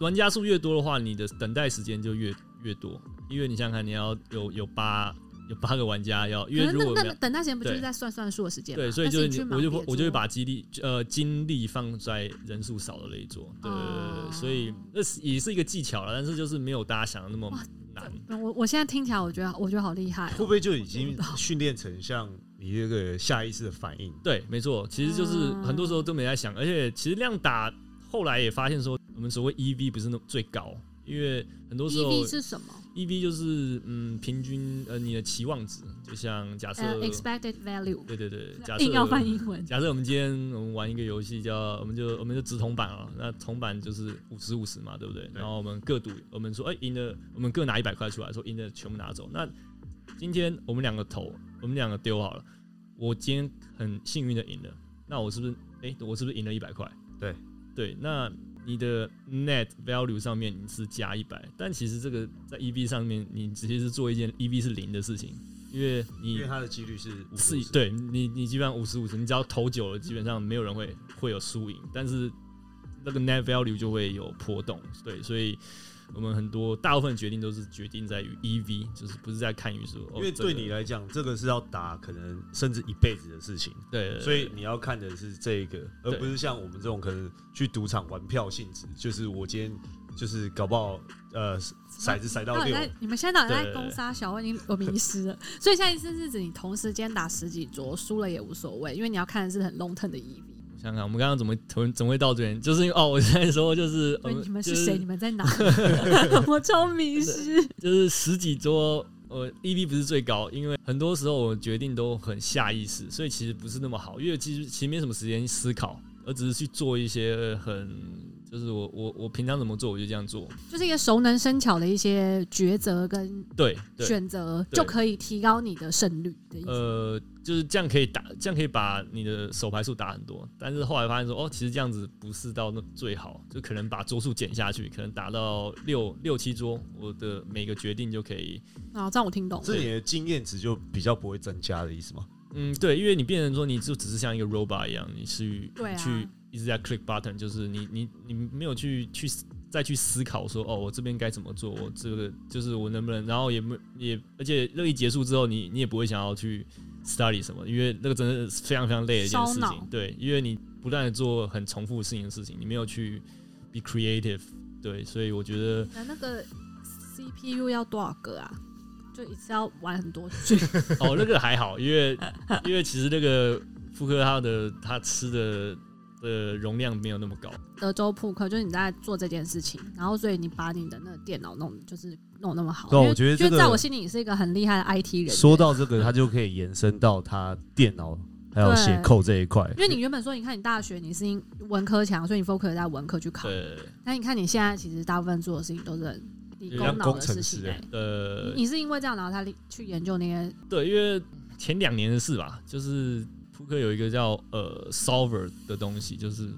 S3: 玩家数越多的话，你的等待时间就越越多，因为你想想看，你要有有八有八个玩家要，因
S2: 可
S3: 为
S2: 是
S3: 如
S2: 那
S3: 果
S2: 那
S3: 没
S2: 那
S3: 有
S2: 等待时间不就是
S3: 对
S2: 在算算数的时间吗？
S3: 对，所以就是
S2: 但是
S3: 你
S2: 你去
S3: 我就
S2: 忙
S3: 不
S2: 别
S3: 我就
S2: 桌
S3: 会把激励呃精力放在人数少的那一桌，对对对
S2: 哦
S3: 对，所以那是也是一个技巧了，但是就是没有大家想的那么
S2: 哇
S3: 难。
S2: 嗯我我现在听起来，我觉得我觉得好厉害哦、
S1: (laughs) 会不会就已经
S2: 我不知道
S1: 训练成像你这个下意识的反应？
S3: 对，没错，其实就是很多时候都没在想，而且其实量打后来也发现说，我们所谓 EV 不是那么最高，因为很多时候
S2: EV E 是什么
S3: EV 就是嗯平均呃你的期望值，就像假设、
S2: 呃 expected value，
S3: 对对对，假设
S2: 硬要翻英文，
S3: 假设我们今天我们玩一个游戏叫，我们就我们就直铜板啊，那铜板就是五十五十嘛，对不对？
S1: 对
S3: 然后我们各赌，我们说，哎、赢了，我们各拿一百块出来，说赢的全部拿走。那今天我们两个投，我们两个丢好了，我今天很幸运的赢了，那我是不是，哎、我是不是赢了一百块？
S1: 对
S3: 对，那你的 net value 上面你是加一百，但其实这个在 EV 上面，你直接是做一件 EV 是零的事情，因为你
S1: 因为他的几率是五十
S3: 是，对你，你基本上五十五十，你只要投久了，基本上没有人会会有输赢，但是那个 net value 就会有波动，对，所以我们很多大部分决定都是决定在于 EV，就是不是在看于说，哦
S1: 因为
S3: 这个
S1: 对你来讲，这个是要打可能甚至一辈子的事情。
S3: 对，对
S1: 所以你要看的是这个，而不是像我们这种可能去赌场玩票性质，就是我今天就是搞不好呃骰子骰到
S2: 到底
S1: 六，
S2: 在你们现在到底在
S3: 对
S2: 攻杀小？我已经我迷失了。 (laughs) 所以下一次是指你同时间打十几桌，输了也无所谓，因为你要看的是很 long term 的 E EV。
S3: 我想想，我们刚刚怎么怎么怎么会到这边？就是因为哦，我在说就是
S2: 所以你们是
S3: 呃就
S2: 谁？你们
S3: (laughs)
S2: 在哪？ (laughs) 我超迷失。
S3: 就是十几桌，呃，EV 不是最高，因为很多时候我决定都很下意识，所以其实不是那么好，因为其实其实没什么时间思考，而只是去做一些很就是我我我平常怎么做我就这样做，
S2: 就是一个熟能生巧的一些抉择跟
S3: 对对，
S2: 选择，
S3: 对
S2: 就可以提高你的胜率的意思。
S3: 呃，就是这样可以打，这样可以把你的手牌数打很多，但是后来发现说哦，其实这样子不是到那最好，就可能把桌数减下去，可能打到六六七桌，我的每个决定就可以
S2: 啊，这样我听懂了。
S1: 是你的经验值就比较不会增加的意思吗？
S3: 嗯，对，因为你变成说你就只是像一个 robot 一样，你去、
S2: 对啊
S3: 去一直在 click button，就是你你你没有去去再去思考说哦，我这边该怎么做，我这个就是我能不能，然后也没也，而且乐意结束之后，你你也不会想要去 study 什么，因为那个真的是非常非常累的一件事
S2: 烧
S3: 情
S2: 脑。
S3: 对，因为你不断的做很重复性的事情，你没有去 be creative。对，所以我觉得
S2: 那那个 CPU 要多少个啊？就一次要玩很多局，
S3: 哦，那个还好，因为因为其实那个妇科他的他吃的的容量没有那么高。
S2: 德州扑克就是你在做这件事情，然后所以你把你的那个电脑弄就是弄那么好，
S1: 对啊
S2: 因为
S1: 我觉得这
S2: 就
S1: 个
S2: 在我心里你是一个很厉害的 IT 人员。
S1: 说到这个，它就可以延伸到它电脑还有写扣这一块，
S2: 因为你原本说，你看你大学你是因文科强，所以你 focus 在文科去考。
S3: 对，
S2: 那你看你现在其实大部分做的事情都是很理工脑的
S1: 有
S2: 事情、
S1: 点像工程师
S2: 欸
S1: 欸。
S3: 呃，
S2: 你是因为这样，然后他去研究那些
S3: 对，因为前两年的事吧，就是扑克有一个叫呃 solver 的东西，就是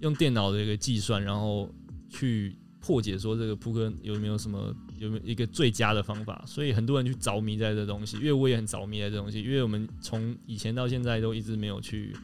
S3: 用电脑的一个计算，然后去破解说这个扑克有没有什么有没有一个最佳的方法，所以很多人去着迷在这东西，因为我也很着迷在这东西，因为我们从以前到现在都一直没有去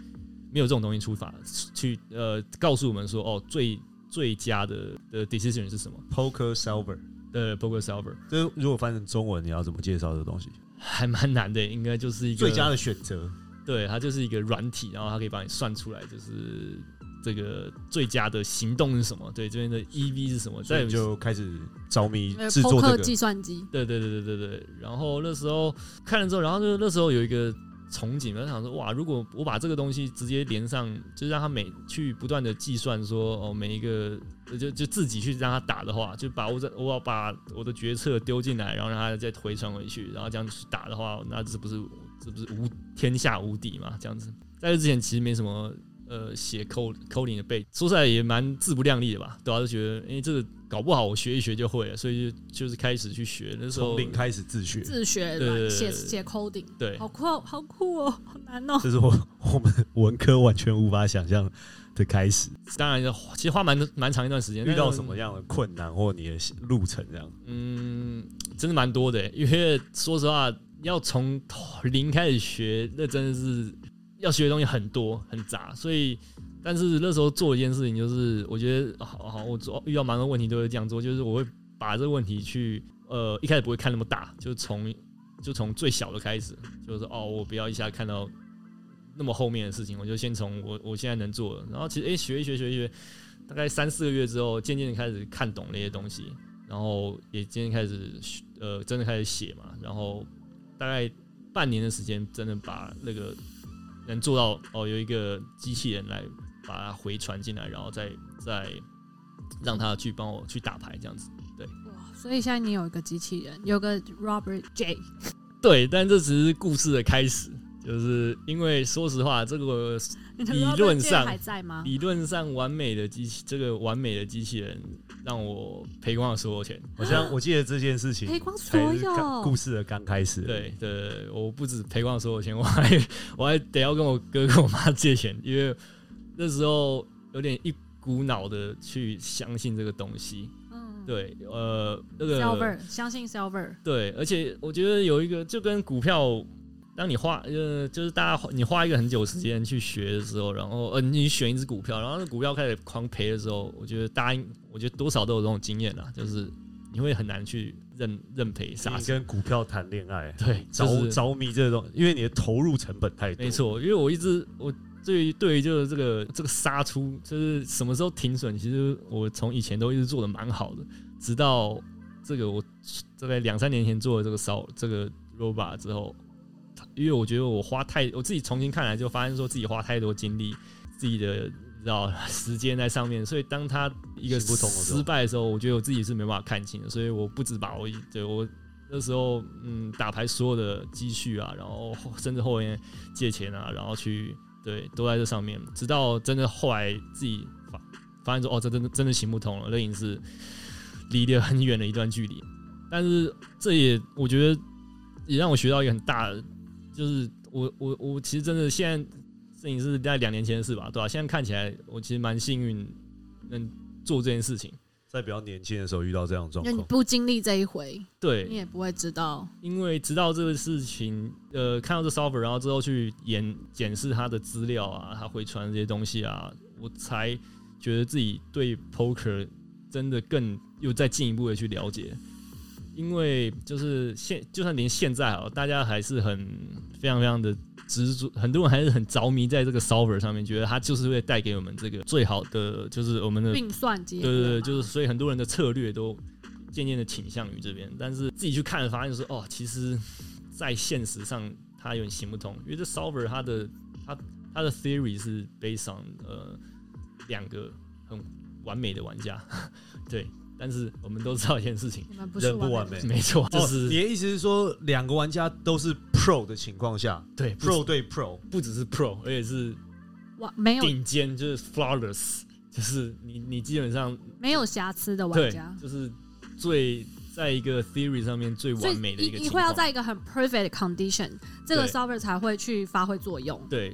S3: 没有这种东西出法去呃告诉我们说哦最最佳的的 decision 是什么
S1: poker solver。
S3: 呃 poker solver
S1: 这如果翻成中文，你要怎么介绍这个东西？
S3: 还蛮难的，应该就是一个
S1: 最佳的选择，
S3: 对，它就是一个软体，然后它可以帮你算出来，就是这个最佳的行动是什么，对，这边的 EV 是什么，
S1: 所
S3: 再
S1: 以就开始着迷
S2: 呃
S1: 制作这
S2: poker
S1: 个。
S2: 计算机，
S3: 对对对对对对。然后那时候看了之后，然后就那时候有一个憧憬，我想说，哇，如果我把这个东西直接连上，就让它每去不断的计算说，哦，每一个就就自己去让它打的话，就把我这我要把我的决策丢进来，然后让它再回传回去，然后这样去打的话，那这不是这不是无天下无敌嘛？这样子，在这之前其实没什么。呃，写扣扣零的背，说出来也蛮自不量力的吧？对啊，就觉得，哎、这个搞不好我学一学就会了，所以就就是开始去学。那时候
S1: 从零开始自学，
S2: 自学
S3: 对对对
S2: 写
S3: 对
S2: 写 coding，
S3: 对
S2: 好酷哦好酷哦，好难哦。
S1: 这是我我们文科完全无法想象的开始。
S3: 当然要，其实花蛮蛮长一段时间。
S1: 遇到
S3: 但是
S1: 什么？样的困难或你的路程这样？
S3: 嗯，真的蛮多的欸，因为说实话，要从零开始学，那真的是要学的东西很多很杂，所以。但是那时候做一件事情，就是我觉得好好，我做遇到蛮多问题都会这样做，就是我会把这个问题去呃一开始不会看那么大，就从就从最小的开始，就是哦，我不要一下看到那么后面的事情，我就先从我我现在能做的，然后其实诶、学一学学一学，大概三四个月之后，渐渐的开始看懂那些东西，然后也渐渐开始学呃真的开始写嘛，然后大概半年的时间，真的把那个能做到哦有一个机器人来把它回传进来，然后再再让他去帮我去打牌这样子。
S2: 哇，所以现在你有一个机器人，有个 Robert J，
S3: 对，但这只是故事的开始，就是因为说实话，这个
S2: 你的
S3: 理
S2: Robert
S3: 论
S2: J
S3: 上
S2: 还在吗？
S3: 理论上完美的机器，这个完美的机器人让我赔光了所有钱。
S1: 好像
S2: 嗯
S1: 我记得这件事情
S2: 赔光所
S1: 才
S2: 有
S1: 是刚故事的刚开始。，
S3: 对对，我不止赔光所有钱，我还我还得要跟我哥跟我妈借钱，因为那时候有点一股脑的去相信这个东西。
S2: 嗯，
S3: 对，呃，那个
S2: ，Silver，相信 Silver，
S3: 对，而且我觉得有一个就跟股票，当你花呃，就是大家花你花一个很久的时间去学的时候，然后呃，你选一只股票，然后那股票开始狂赔的时候，我觉得大家应我觉得多少都有这种经验啦，就是你会很难去认认赔杀
S1: 你
S3: 青。
S1: 跟股票谈恋爱，
S3: 对，就
S1: 着
S3: 是
S1: 着迷这种，因为你的投入成本太多。
S3: 没，错，因为我一直我对于对于就是这个这个杀出，就是什么时候停损，其实我从以前都一直做的蛮好的，直到这个我大概两三年前做的这个烧这个 robot 之后，因为我觉得我花太我自己重新看来就发现说自己花太多精力，自己的。你知道时间在上面，所以当他一个
S1: 行不通的时候
S3: 失败的时候，我觉得我自己是没办法看清的，所以我不止把我一对我那时候嗯打牌所有的积蓄啊，然后后甚至后面借钱啊，然后去对都在这上面，直到真的后来自己发发现说哦，这真的真的行不通了，那已经是离得很远的一段距离。但是这也我觉得也让我学到一个很大的，就是我我我其实真的现在摄影是在两年前的事吧，对吧、现在看起来我其实蛮幸运能做这件事情，
S1: 在比较年轻的时候遇到这样的状
S2: 因为你
S1: 况，
S2: 不经历这一回，
S3: 对
S2: 你，也不会知道。
S3: 因为直到这个事情，呃，看到这 solver，然后之后去研检视他的资料啊，他回传这些东西啊，我才觉得自己对 poker 真的更又再进一步的去了解。因为就是现，就算连现在啊，大家还是很非常非常的执着，很多人还是很着迷在这个 solver 上面，觉得它就是会带给我们这个最好的，就是我们的
S2: 运算机，
S3: 对对对，就是所以很多人的策略都渐渐的倾向于这边，但是自己去看发现就是哦，其实，在现实上它有点行不通，因为这 solver 它的它它的 theory 是 based on 呃两个很完美的玩家， (laughs) 对，但是我们都知道一件事情，
S2: 你们不是
S1: 人不完
S2: 美
S1: 美。
S3: 没错，就
S1: 哦，
S3: 是、
S1: 你的意思是说，两个玩家都是 Pro 的情况下
S3: 对不
S1: ，Pro 对 Pro，
S3: 不只是 pro，而且是
S2: 完没有
S3: 顶尖，就是 flawless，就是你你基本上
S2: 没有瑕疵的玩
S3: 对
S2: 家，，
S3: 就是最在一个 theory 上面最
S2: 所以
S3: 完美的一个
S2: 你
S3: 情
S2: 你
S3: 况
S2: 会。要在一个很 perfect condition，这个
S3: 对
S2: solver 才会去发挥作用。
S3: 对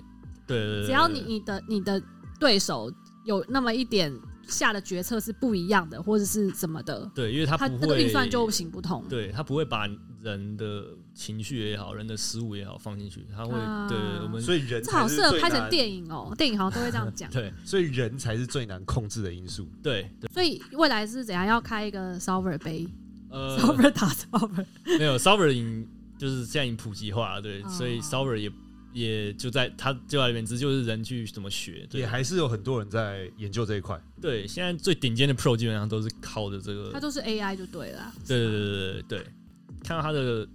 S3: 对对，对
S2: 只要
S3: 对
S2: 你你的你的对手有那么一点下的决策是不一样的，或者是怎么的，
S3: 对，因为他
S2: 他
S3: 不
S2: 那
S3: 会
S2: 个运算就行不通。
S3: 对他不会把人的情绪也好，人的失误也好放进去，他会、
S2: 啊
S3: 对对对我们。
S1: 所以人
S2: 这好
S1: 才是
S2: 适合
S1: 最
S2: 拍成
S1: 难，
S2: 电影哦，电影好像都会这样讲
S3: (laughs) 对
S1: 所以人才是最难控制的因素。
S3: 对对
S2: 所以未来是怎样要开一个 solver 杯
S3: (laughs) 呃
S2: ，solver
S1: (laughs)
S2: 打 solver，
S3: 没有 Solver 已经就是现在已经普及化了，对，
S2: 哦
S3: 所以 Solver 也也就在他就在那边，只是就是人去怎么学，对
S1: 也还是有很多人在研究这一块。
S3: 对，现在最顶尖的 Pro 基本上都是靠着这个
S2: 它都是 AI 就对了啊。
S3: 对对对对对，对看到他的，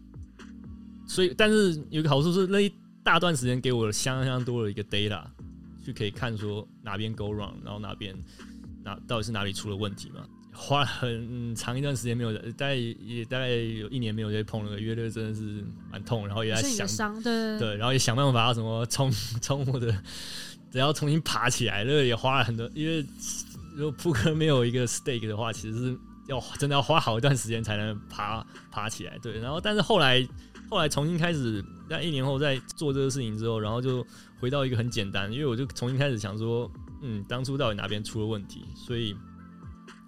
S3: 所以但是有一个好处是那一大段时间给我相当多的一个 data，去可以看说哪边 go wrong，然后哪边哪到底是哪里出了问题嘛。花了很长一段时间没有，大概也大概有一年没有再碰那个乐队，真的是蛮痛，然后也在
S2: 是你的
S3: 想
S2: 伤，对对
S3: 对，然后也想办法怎么 (laughs) 从从我的，只要重新爬起来，那个也花了很多，因为如果扑克没有一个 stake 的话，其实是要真的要花好一段时间才能爬 (laughs) 爬起来。对，然后但是后来后来重新开始，在一年后在做这个事情之后，然后就回到一个很简单，因为我就重新开始想说，嗯，当初到底哪边出了问题，所以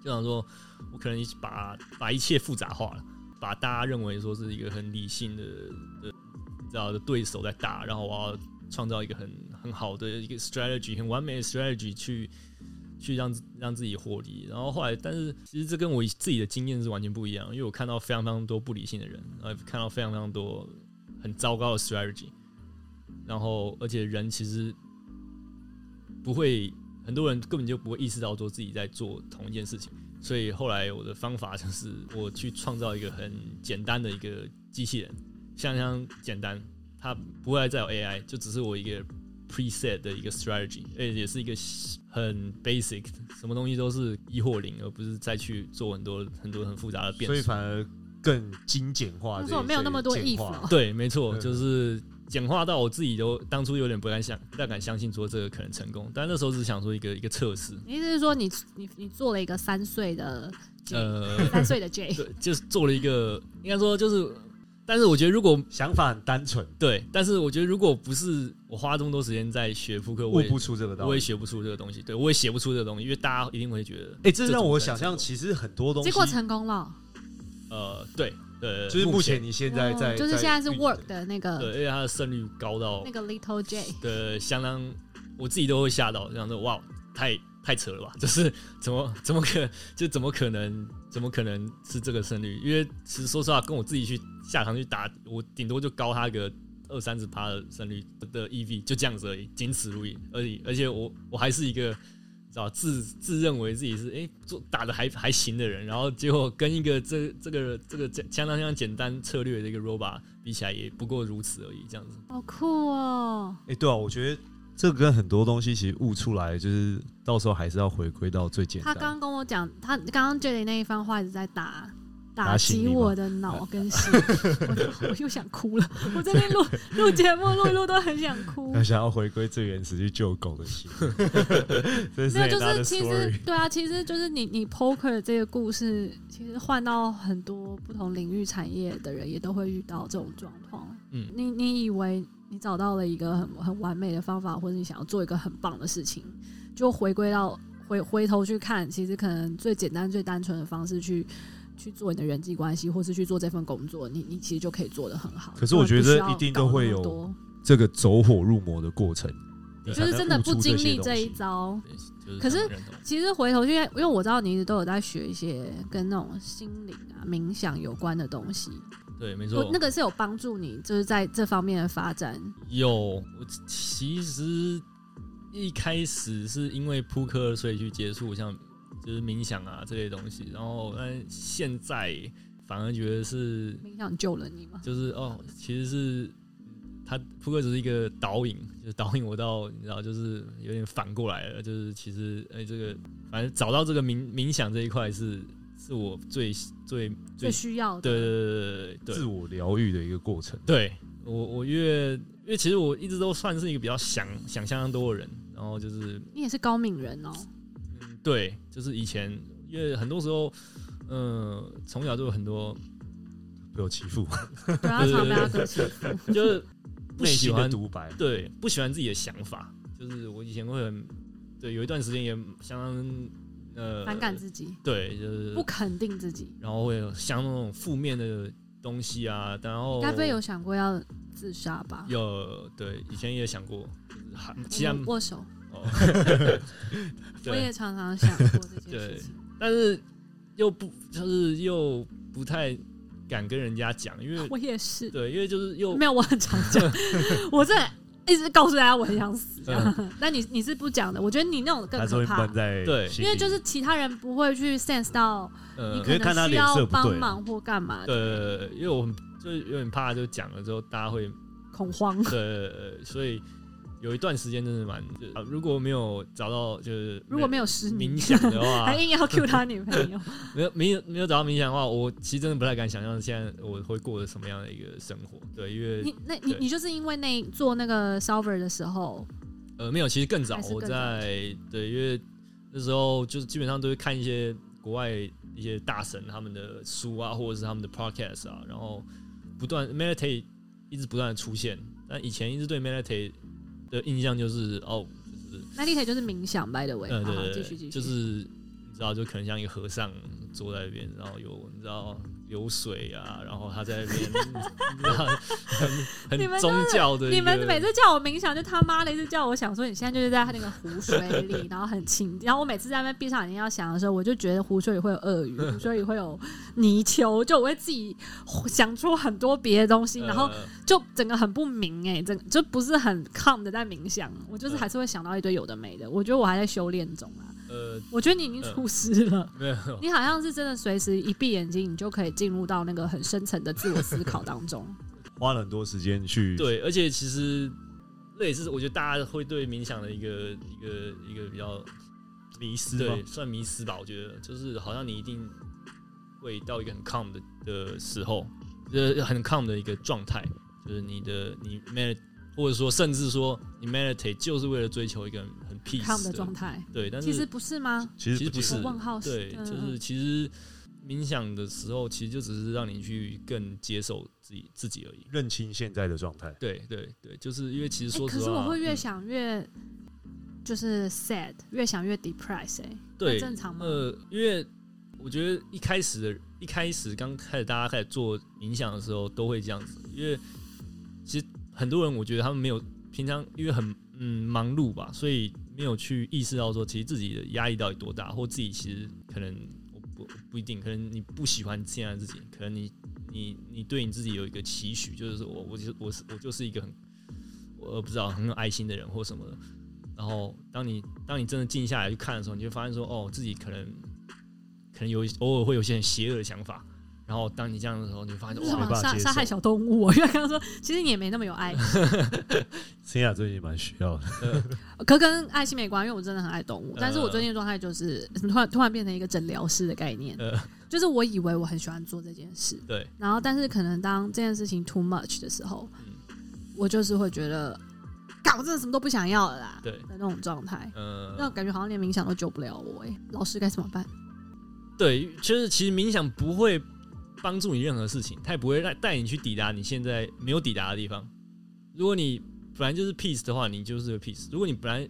S3: 就想说我可能一把把一切复杂化了。把大家认为说是一个很理性的的你知道的对手在打，然后我要创造一个很很好的一个 strategy，很完美的 strategy 去去让让自己获利。然后后来，但是其实这跟我自己的经验是完全不一样，因为我看到非常非常多不理性的人，然后也看到非常非常多很糟糕的 strategy，然后而且人其实不会，很多人根本就不会意识到说自己在做同一件事情。所以后来我的方法就是我去创造一个很简单的一个机器人，相当简单，它不会再有 AI，就只是我一个 preset 的一个 strategy，而且也是一个很 basic，什么东西都是一或零，而不是再去做很多很多很复杂的变
S1: 所以
S3: 数。
S1: 反而更精简化这一。
S2: 就是我没有那么多
S1: 这一简
S2: if
S1: 化
S2: 了。 (laughs)
S3: 对，没错，
S1: 嗯
S3: 就是简化到我自己都当初有点不敢想，不太敢相信说这个可能成功，但那时候只是想说一个一个测试，
S2: 你意思是说你你你做了一个三岁
S1: (laughs)
S2: 的 J，
S3: 呃，
S2: 三岁的 J，
S3: 对，就是做了一个，应该说就是，但是我觉得如果
S1: 想法很单纯，
S3: 对，但是我觉得如果不是我花这么多时间在学扑克，
S1: 悟
S3: 我也
S1: 不出这个道
S3: 我也
S1: 理。
S3: 学不出这个东西，对我也写不出这个东西，因为大家一定会觉得，
S1: 哎，这让我
S3: 这
S1: 想
S3: 种
S1: 象，其实很多东西
S2: 结果成功了。
S3: 呃，对，对，
S1: 就是目
S3: 目
S1: 前你现在
S2: 哦
S1: 在
S2: 就是现在是
S1: 运
S2: work 的那
S3: 对，而
S2: 个
S3: 且它的胜率高到
S2: 那个 little J，
S3: 的相当，我自己都会吓到，想说哇，太太扯了吧， (laughs) 就是怎么怎么可就怎么可能怎么可能是这个胜率？因为其实说实话，跟我自己去下场去打，我顶多就高他个二三十趴的胜率的 EV，就这样子而已，仅此而已。而已，而且我我还是一个。你知道自自认为自己是哎、诶做打的还还行的人，然后结果跟一个这这个这个相当相当简单策略的一个 robot 比起来，也不过如此而已，这样子。
S2: 好酷哦！
S1: 哎、对啊，我觉得这跟很多东西其实悟出来，就是到时候还是要回归到最简
S2: 他
S1: 单。
S2: 刚跟我讲，他刚刚 J 那一番话一直在打打
S1: 打醒
S2: 击
S1: 你吗
S2: 我的脑跟心， (laughs) 我我又想哭了。我这边录录节目录一录都很想哭。
S1: 他想要回归最原始去救狗的心， (laughs) 这是
S2: 没有，就
S1: 他
S2: 是
S1: 的
S2: 其
S1: story
S2: 实。对啊，其实就是你你 poker 这个故事，其实换到很多不同领域产业的人也都会遇到这种状况。
S3: 嗯
S2: 你你以为你找到了一个很很完美的方法，或者你想要做一个很棒的事情，就回归到回回头去看，其实可能最简单、最单纯的方式去去做你的人际关系，或是去做这份工作，你你其实就可以做得很好。
S1: 可是我觉得
S2: 不需要
S1: 一定都会有
S2: 搞那么
S1: 这个走火入魔的过程，
S2: 多，
S3: 对
S2: 就是真的不经历这一
S1: 招。
S2: 招。
S3: 就是
S2: 可是
S3: 想认同
S2: 其实回头去，因为我知道你一直都有在学一些跟那种心灵啊、冥想有关的东西，
S3: 对，没
S2: 我
S3: 错，
S2: 哦那个是有帮助你，就是在这方面的发展。
S3: 有，我其实一开始是因为扑克，所以去接触像就是冥想啊这类东西，然后但现在反而觉得是
S2: 冥想救了你吗？
S3: 就是哦，其实是他扑克只是一个导引，就是导引我到你知道，就是有点反过来了，就是其实哎、这个反正找到这个冥冥想这一块是是我最最
S2: 最需要的。
S3: 对对对对对对
S1: 自我疗愈的一个过程。
S3: 对我，我越因为其实我一直都算是一个比较想想象多的人，然后就是
S2: 你也是高敏人哦，
S3: 嗯，对，就是以前因为很多时候，嗯、从小就有很多
S1: 被我欺负，
S2: 对啊，常被他
S3: (laughs) 对对对
S2: 哥欺负。
S3: (laughs) 就是不
S1: 内
S3: 喜
S1: 心的
S3: 欢
S1: 独白。
S3: 对不喜欢自己的想法，就是我以前会很对有一段时间也相当呃
S2: 反感自己，
S3: 对，就是
S2: 不肯定自己。
S3: 然后会有像那种负面的东西啊，然后
S2: 该不会有想过要自杀吧？
S3: 有对以前也想过，就是还
S2: 嗯我
S3: 其他
S2: 们握手，
S3: 哦， (laughs) 对
S2: 我也常常想过
S3: (laughs)
S2: 这件事情。
S3: 但是又不就是又不太敢跟人家讲，因为
S2: (laughs) 我也是，
S3: 对，因为就是又
S2: 没有，我很常
S3: (laughs)
S2: 讲，我这一直告诉大家我很想死。
S3: 嗯
S2: 但你你是不讲的，我觉得你那种更
S1: 他说
S2: 可
S1: 会
S2: 怕
S1: 闷，在
S3: 对
S1: 心
S2: 因
S1: 里
S2: 为就是其他人不会去 sense 到你
S3: 呃
S1: 可以
S2: 可
S1: 看他
S2: 能需
S1: 脸
S2: 要
S1: 色不对
S2: 帮忙或干嘛的，
S3: 对，因为我很就是有点怕，就讲了之后大家会
S2: 恐慌。
S3: 呃，所以有一段时间真的蛮，就啊如果没有找到就是
S2: 如果没有失
S3: 冥
S2: 明，
S3: 想啊的话
S2: (laughs) 还，硬要 Q 他女朋友，
S3: 没有没有没有找到冥想的话，我其实真的不太敢想象现在我会过着什么样的一个生活。 (laughs) 对，因为
S2: 你那你
S3: 对
S2: 你就是因为那做那个 solver 的时候，
S3: 呃，没有，其实更早
S2: 还，是
S3: 我
S2: 更早
S3: 在对，因为那时候就是基本上都会看一些国外一些大神他们的书啊，或者是他们的 podcast 啊，然后不断 meditate 一直不断的出现。但以前一直对 meditate 的印象就是哦，
S2: 那 l i t 就是冥想 by the way，
S3: 呃，
S2: 好好
S3: 对
S2: 继
S3: 对
S2: 续继续，
S3: 对，就是你知道，就可能像一个和尚坐在那边，然后有你知道流水啊，然后他在
S2: (laughs)
S3: 那边你知道很
S2: 你们真
S3: 很宗
S2: 的
S3: 教的一个，
S2: 你们每次叫我冥想，就他妈的一直叫我想说，你现在就是在那个湖水里，然后很清。然后我每次在那边闭上眼睛要想的时候，我就觉得湖水里会有鳄鱼，湖水里会有泥鳅，就我会自己想出很多别的东西，然后
S3: 呃
S2: 就整个很不明哎、整就不是很 calm 的在冥想。啊我
S3: 嗯
S2: 就是还是会想到一堆有的没的。我觉得我还在修炼中啊。
S3: 呃
S2: 我觉得你已经出师了，
S3: 没有。
S2: 你好像是真的随时一闭眼睛，你就可以进入到那个很深层的自我思考当
S3: (laughs)
S2: 中。
S1: 花了很多时间去
S3: 对，而且其实那也是我觉得大家会对冥想的一个一个一个比较
S1: 迷失吗
S3: 对？算迷失吧，我觉得就是好像你一定会到一个很 calm 的的时候，呃，很 calm 的一个状态，就是你的你 med 或者说甚至说你 meditate 就是为了追求一个很很
S2: calm
S3: peace
S2: 的状态，
S3: 对，但是
S2: 其实不是吗？
S1: 其实
S3: 其实不
S2: 我
S3: 是
S2: 问号
S3: 对，
S2: 嗯
S3: 就是其实冥想的时候，其实就只是让你去更接受自己自己而已。
S1: 认清现在的状态。
S3: 对对对，就是因为其实
S2: 欸
S3: 说实
S2: 可
S3: 话，
S2: 是我会越
S3: 嗯
S2: 想越就是 sad，越想越 depressed，哎、
S3: 对
S2: 很正常吗？
S3: 呃，因为我觉得一开始的，一开始刚开始大家开始做冥想的时候都会这样子，因为其实很多人我觉得他们没有平常因为很嗯忙碌吧，所以没有去意识到说其实自己的压力到底多大，或自己其实可能我不不一定，可能你不喜欢现在的自己，可能你你你对你自己有一个期许，就是说我我就我是我就是一个很我不知道很有爱心的人或什么的。然后当你当你真的静下来去看的时候，你就发现说，哦，自己可能可能有一偶尔会有一些很邪恶的想法。然后当你这样的时候，你就发现哦
S2: 这
S3: 哇
S2: 是什么
S1: 没办法
S2: 杀
S1: 接
S2: 杀害
S1: 受
S2: 小动物、哦？因为刚刚说，其实你也没那么有爱，
S1: 森雅最近蛮需要的，
S2: 可跟爱心没关，因为我真的很爱动物。但是我
S3: 呃
S2: 最近的状态就是 (laughs) 突然突然变成一个诊疗师的概念，
S3: 呃
S2: 就是我以为我很喜欢做这件事，
S3: 对，
S2: 然后但是可能当这件事情 too much 的时候，
S3: 嗯
S2: 我就是会觉得，干我真的什么都不想要了啦，
S3: 对
S2: 的那种状态。
S3: 嗯、
S2: 那我感觉好像连冥想都救不了我哎、老师该怎么办？
S3: 对，就是其实冥想不会帮助你任何事情，它也不会带带你去抵达你现在没有抵达的地方。如果你本来就是 peace 的话，你就是个 peace；如果你本来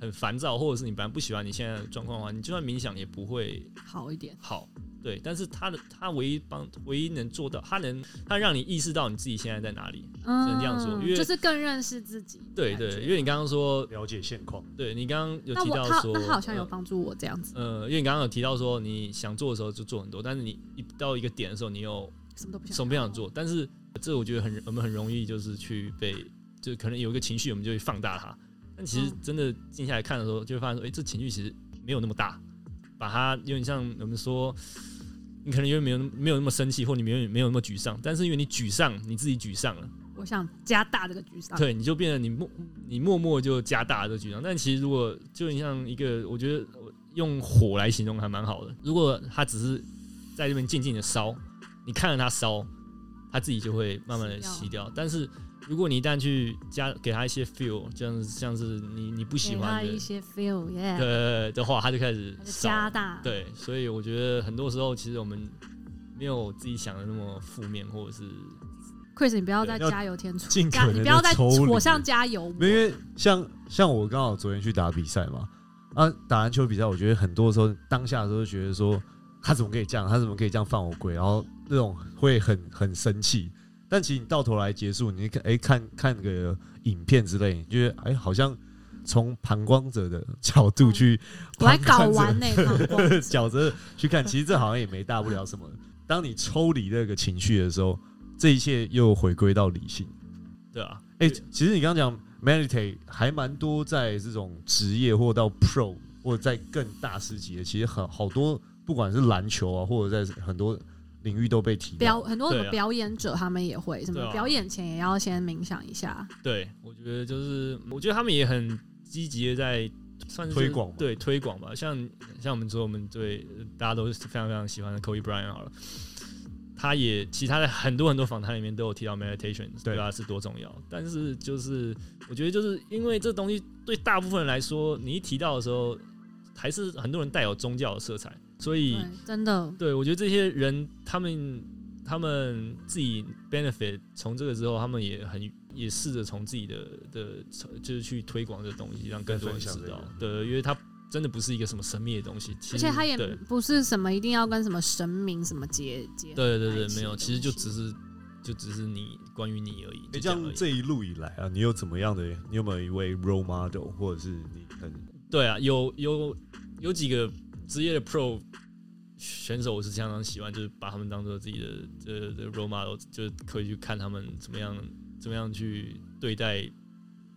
S3: 很烦躁，或者是你本来不喜欢你现在的状况的话，你就算冥想也不会
S2: 好一点，
S3: 好。对，但是他的他唯一帮唯一能做到，他能他能让你意识到你自己现在在哪里。
S2: 嗯，
S3: 能这样说因为
S2: 就是更认识自己。
S3: 对对，因为你刚刚说，
S1: 了解现况。
S3: 对你刚刚有
S2: 那
S3: 提
S2: 我
S3: 到
S2: 他
S3: 说，
S2: 那他好像有
S3: 呃
S2: 帮助我这样子，
S3: 呃，因为你刚刚有提到说你想做的时候就做很多，但是你一到一个点的时候，你又
S2: 什么都不想，
S3: 什么不想。做。但是这我觉得很我们很容易就是去被，就可能有一个情绪，我们就会放大它。但其实
S2: 嗯
S3: 真的静下来看的时候，就会发现说，哎、这情绪其实没有那么大，把它有点像我们说。你可能因为没有那么没有那么生气，或你没有没有那么沮丧，但是因为你沮丧，你自己沮丧了，
S2: 我想加大这个沮丧。
S3: 对，你就变得你默你默默就加大这局长，但其实如果就很像一个，我觉得我用火来形容还蛮好的。如果它只是在这边静静的烧，你看着它烧，它自己就会慢慢的
S2: 熄
S3: 熄掉。但是如果你一旦去加给它一些 feel，像是像是你你不喜
S2: 给他
S3: 欢
S2: 一
S3: 的
S2: 些 feel，耶，
S3: 的的话，它就开始
S2: 它就
S3: 烧
S2: 加大。，
S3: 对，所以我觉得很多时候其实我们没有自己想的那么负面，或者是
S2: Chris，你不要再
S1: 对要
S2: 加油添醋，
S1: 尽可
S2: 加
S1: 能
S2: 你不要
S1: 地
S2: 再
S1: 抽离
S2: 火上加油。
S1: 没有因为像像我刚好昨天去打比赛嘛，啊，打篮球比赛，我觉得很多时候当下的时候就觉得说他怎么可以这样，他怎么可以这样犯我规，然后那种会很很生气。但其实你到头来结束，你看哎、看看个影片之类，你觉得哎、好像从旁观者的角度去，
S2: 嗯我还搞
S1: 旁观者 (laughs)
S2: 完呢，膀胱
S1: 角着去看，其实这好像也没大不了什么。当你抽离那个情绪的时候，这一切又回归到理性。
S3: 对啊，
S1: 哎、
S3: 对
S1: 其实你刚刚讲 meditate 还蛮多，在这种职业或到 pro 或在更大师级的，其实很好多，不管是篮球啊，或者在很多领域都被提
S2: 表
S1: 到。
S2: 很多什
S3: 对
S2: 么
S3: 啊
S2: 表演者他们也会什
S3: 对啊
S2: 么表演前也要先冥想一下，
S3: 对，我觉得就是，我觉得他们也很积极的在算是
S1: 推广嘛
S3: 对推广吧。像像我们说，我们对大家都是非常非常喜欢的 Kobe Bryant 好了，他也其实他在很多很多访谈里面都有提到 meditation
S1: 对
S3: 对他是多重要。但是就是我觉得就是因为这东西对大部分人来说，你一提到的时候，还是很多人带有宗教的色彩，所以。
S2: 对，真的
S3: 对，我觉得这些人他们他们自己 benefit 从这个之后，他们也很也试着从自己的的就是去推广这个东西，让更多人
S1: 分
S3: 知
S1: 享这
S3: 道
S1: 个。
S3: 对，因为它真的不是一个什么神秘的东西，其
S2: 而
S3: 实
S2: 且他也
S3: 对
S2: 不是什么一定要跟什么神明什么结结合
S3: 对对
S2: 在一
S3: 对，
S2: 起
S3: 没有，
S2: 的
S3: 其实就
S2: 东西
S3: 只是就只是你关于你而已，
S1: 哎、
S3: 就
S1: 这
S3: 样而
S1: 样
S3: 已
S1: 这一路以来啊，你有怎么样的？你有没有一位 role model，或者是你很
S3: 对啊，有有有几个职业的 pro 选手，我是相当喜欢，就是把他们当做自己的呃的 role model，就是可以去看他们怎么样怎么样去对待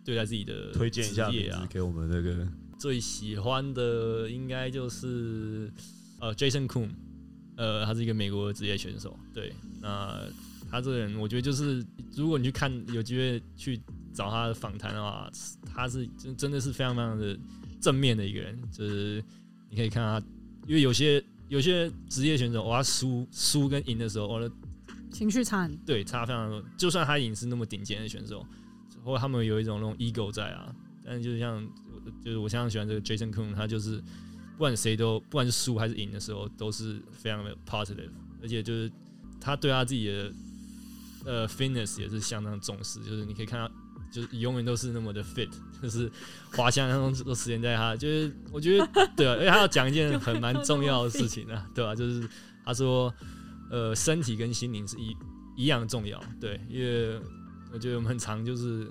S3: 对待自己的
S1: 推荐一下
S3: 职
S1: 名
S3: 业
S1: 字
S3: 啊。
S1: 给我们那个？
S3: 最喜欢的应该就是呃 Jason Kuhn，呃，他是一个美国职业选手。对，那他这个人，我觉得就是如果你去看，有机会去找他的访谈的话，他是真真的是非常非常的正面的一个人，就是你可以看他，因为有些有些职业选手，哇、他输输跟赢的时候，哇、那
S2: 情绪差很
S3: 对差非常多。就算他已经是那么顶尖的选手，或者他们有一种那种 ego 在啊，但是就像我就是我相当喜欢这个 Jason Kuhn，他就是不管谁都不管是输还是赢的时候，都是非常的 positive，而且就是他对他自己的呃 fitness 也是相当重视，就是你可以看他。就是永远都是那么的 fit，就是 (laughs) 花相当多时间在他，就是我觉得对、啊，而且他要讲一件很蛮重要的事情啊，对吧、就是他说，呃，身体跟心灵是一一样重要，对，因为我觉得我们很常就是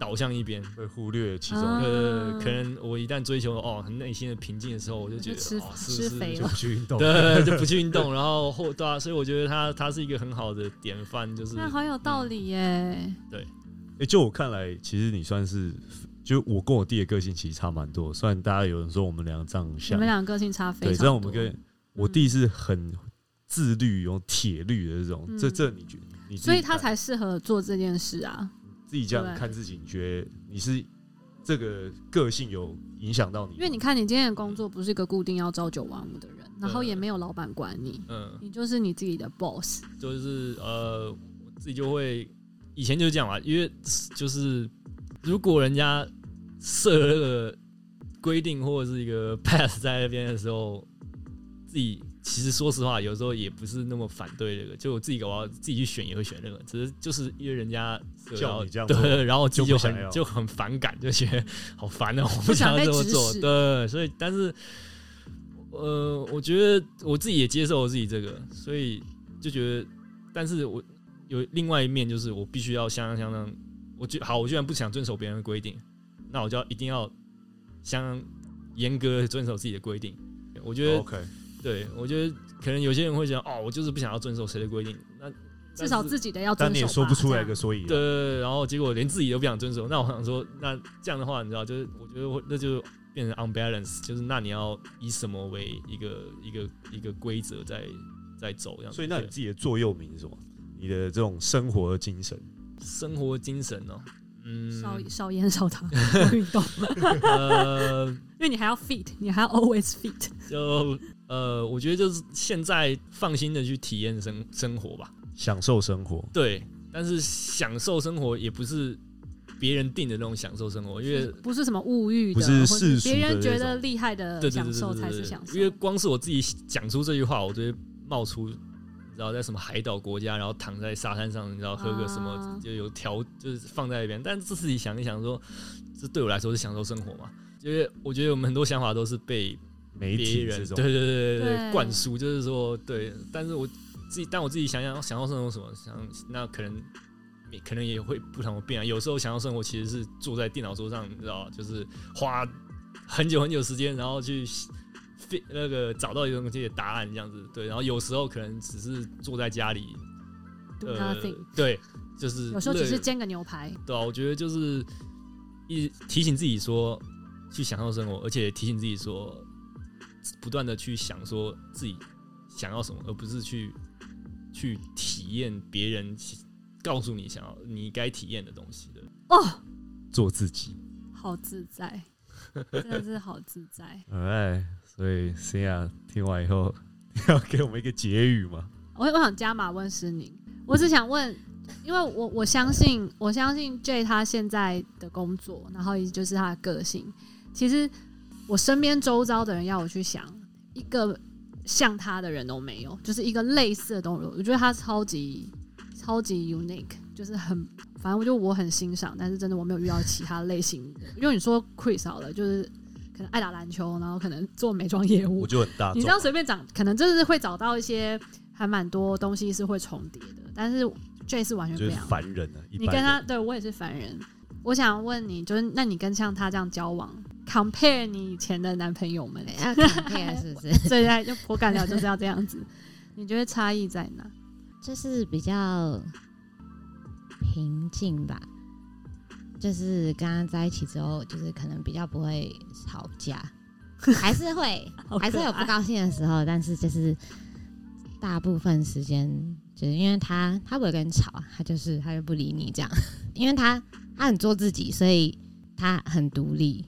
S3: 倒向一边，
S1: 会忽略其中
S2: 中啊
S3: 呃，可能我一旦追求哦很内心的平静的时候，我就觉得
S2: 就吃
S3: 哦是不
S2: 吃
S3: 是 (laughs)
S1: (laughs)
S2: 肥
S1: 就
S2: 就
S1: 不去运动。
S3: 对，就不去运动，然后后对啊，所以我觉得他他是一个很好的典范，就是
S2: 那好有道
S1: 嗯
S2: 理耶！
S1: 哎、就我看来，其实你算是，就我跟我弟的个性其实差蛮多。虽然大家有人说我们俩长
S2: 你
S1: 相
S2: 们俩个性差非
S1: 对，这
S2: 常多。嗯
S1: 样我们跟我弟是很自律、有铁律的这种，
S2: 嗯
S1: 这这你觉得？你自己
S2: 所以
S1: 看
S2: 他才适合做这件事啊。
S1: 自己这样
S2: 对
S1: 看自己，你觉得你是这个个性有影响到你吗？
S2: 因为你看，你今天的工作不是一个固定要朝九晚五的人，然后也没有老板管你，
S3: 嗯，
S2: 你就是你自己的 boss。
S3: 就是呃，我自己就会以前就是这样嘛，因为就是如果人家设 (laughs) 了规定或者是一个 pass 在那边的时候，自己其实说实话，有时候也不是那么反对这个，就我自己搞不好自己去选也会选这个，只是就是因为人家
S1: 叫你这样做
S3: 对，然后我自己
S1: 就
S3: 就
S1: 不想要
S3: 很就很反感，就觉得好烦哦、我
S2: 不
S3: 不
S2: 想
S3: 想要
S2: 被
S3: 这么
S2: 指
S3: 做，
S2: 使
S3: 对，所以但是呃，我觉得我自己也接受我自己这个，所以就觉得，但是我有另外一面就是我必须要相当相当，我就好，我居然不想遵守别人的规定，那我就要一定要相当严格地遵守自己的规定。我觉得
S1: 哦 OK，
S3: 对，我觉得可能有些人会讲，哦，我就是不想要遵守谁的规定，那
S2: 至少
S3: 但是
S2: 自己的要遵守
S1: 但
S2: 吧。
S1: 你也说不出
S2: 这
S1: 来
S2: 样
S1: 个所以啊然。
S3: 对，然后结果连自己都不想遵守，那我想说，那这样的话，你知道，就是我觉得我那就变成 unbalance，就是那你要以什么为一个一个一个规则在在走这样子，
S1: 所以那你
S3: 对
S1: 自己的座右铭是什么？你的这种生活的精神，
S3: 生活精神哦，嗯，
S2: 少少烟少糖，多运动， (laughs)
S3: 呃，
S2: 因为你还要 fit，你还要 always fit。
S3: 就呃，我觉得就是现在放心的去体验生生活吧，
S1: 享受生活。
S3: 对，但是享受生活也不是别人定的那种享受生活，因为
S2: 不是什么物欲的，
S1: 不是
S2: 或
S1: 世俗的
S2: 别人觉
S1: 那
S2: 得
S1: 种
S2: 厉害的
S3: 对对
S2: 享
S3: 对
S2: 受
S3: 对
S2: 才
S3: 对
S2: 是
S3: 对
S2: 享受。
S3: 因为光是我自己讲出这句话，我就会冒出，你知道在什么海岛国家，然后躺在沙滩上，你知道喝个什么，
S2: 啊
S3: 就有调就是放在那边。但是自己想一想说，这对我来说是享受生活嘛？因为我觉得我们很多想法都是被
S1: 媒
S3: 别
S1: 体
S3: 人
S1: 这
S3: 对
S1: 种，
S3: 对对对
S2: 对
S3: 对灌输，就是说对。但是我自己，但我自己想想享受生活什么，想那可能。可能也会不同的变啊，有时候享受生活其实是坐在电脑桌上，你知道吧，就是花很久很久时间，然后去 fi- 那个找到一个东西的答案这样子，对。然后有时候可能只是坐在家里，
S2: Do
S3: 呃
S2: nothing，、，
S3: 对，就是
S2: 有时候只
S3: 乐
S2: 是煎个牛排，
S3: 对啊，我觉得就是一直提醒自己说去享受生活，而且提醒自己说不断的去想说自己想要什么，而不是去去体验别人告诉你想要你该体验的东西的。
S2: 哦，
S1: 做自己。
S2: 好自在，真的是好自在。
S1: 哎，所以 C a 听完以后 (laughs) 要给我们一个结语嘛？
S2: 我我想加码问诗宁，我只想问，因为我我相信我相信 J 他现在的工作，然后也就是他的个性，其实我身边周遭的人要我去想一个像他的人都没有，就是一个类似的东西，我觉得他超级超级 unique，就是很反正我就我很欣赏，但是真的我没有遇到其他类型的，因为你说 Chris 好了，就是可能爱打篮球，然后可能做美妆业务
S1: 我，就很大
S2: 你
S1: 众
S2: 这，样随便讲，可能真的是会找到一些还蛮多东西是会重叠的，但是 J 是完全不
S1: 就
S2: 一
S1: 是
S2: 样的。
S1: 凡人啊，一
S2: 你
S1: 般人
S2: 跟他，对我也是凡人。我想问你，就是那你跟像他这样交往，compare 你以前的男朋友们，
S4: 要肯定啊是
S1: (laughs)
S4: 不是？
S2: 所以在就我感聊就是要这样
S4: (laughs)
S2: 子，你觉得差异在哪？
S4: 就是比较平静吧。就是跟他在一起之后，就是可能比较不会吵
S1: (laughs)
S4: 架，还是会
S2: 好可
S4: 还是有
S2: 爱
S4: 不高兴的时候，但是就是大部分时间，就是因为他他不会跟你吵，他就是他就不理你这样， (laughs) 因为他他很做自己，所以他很独立，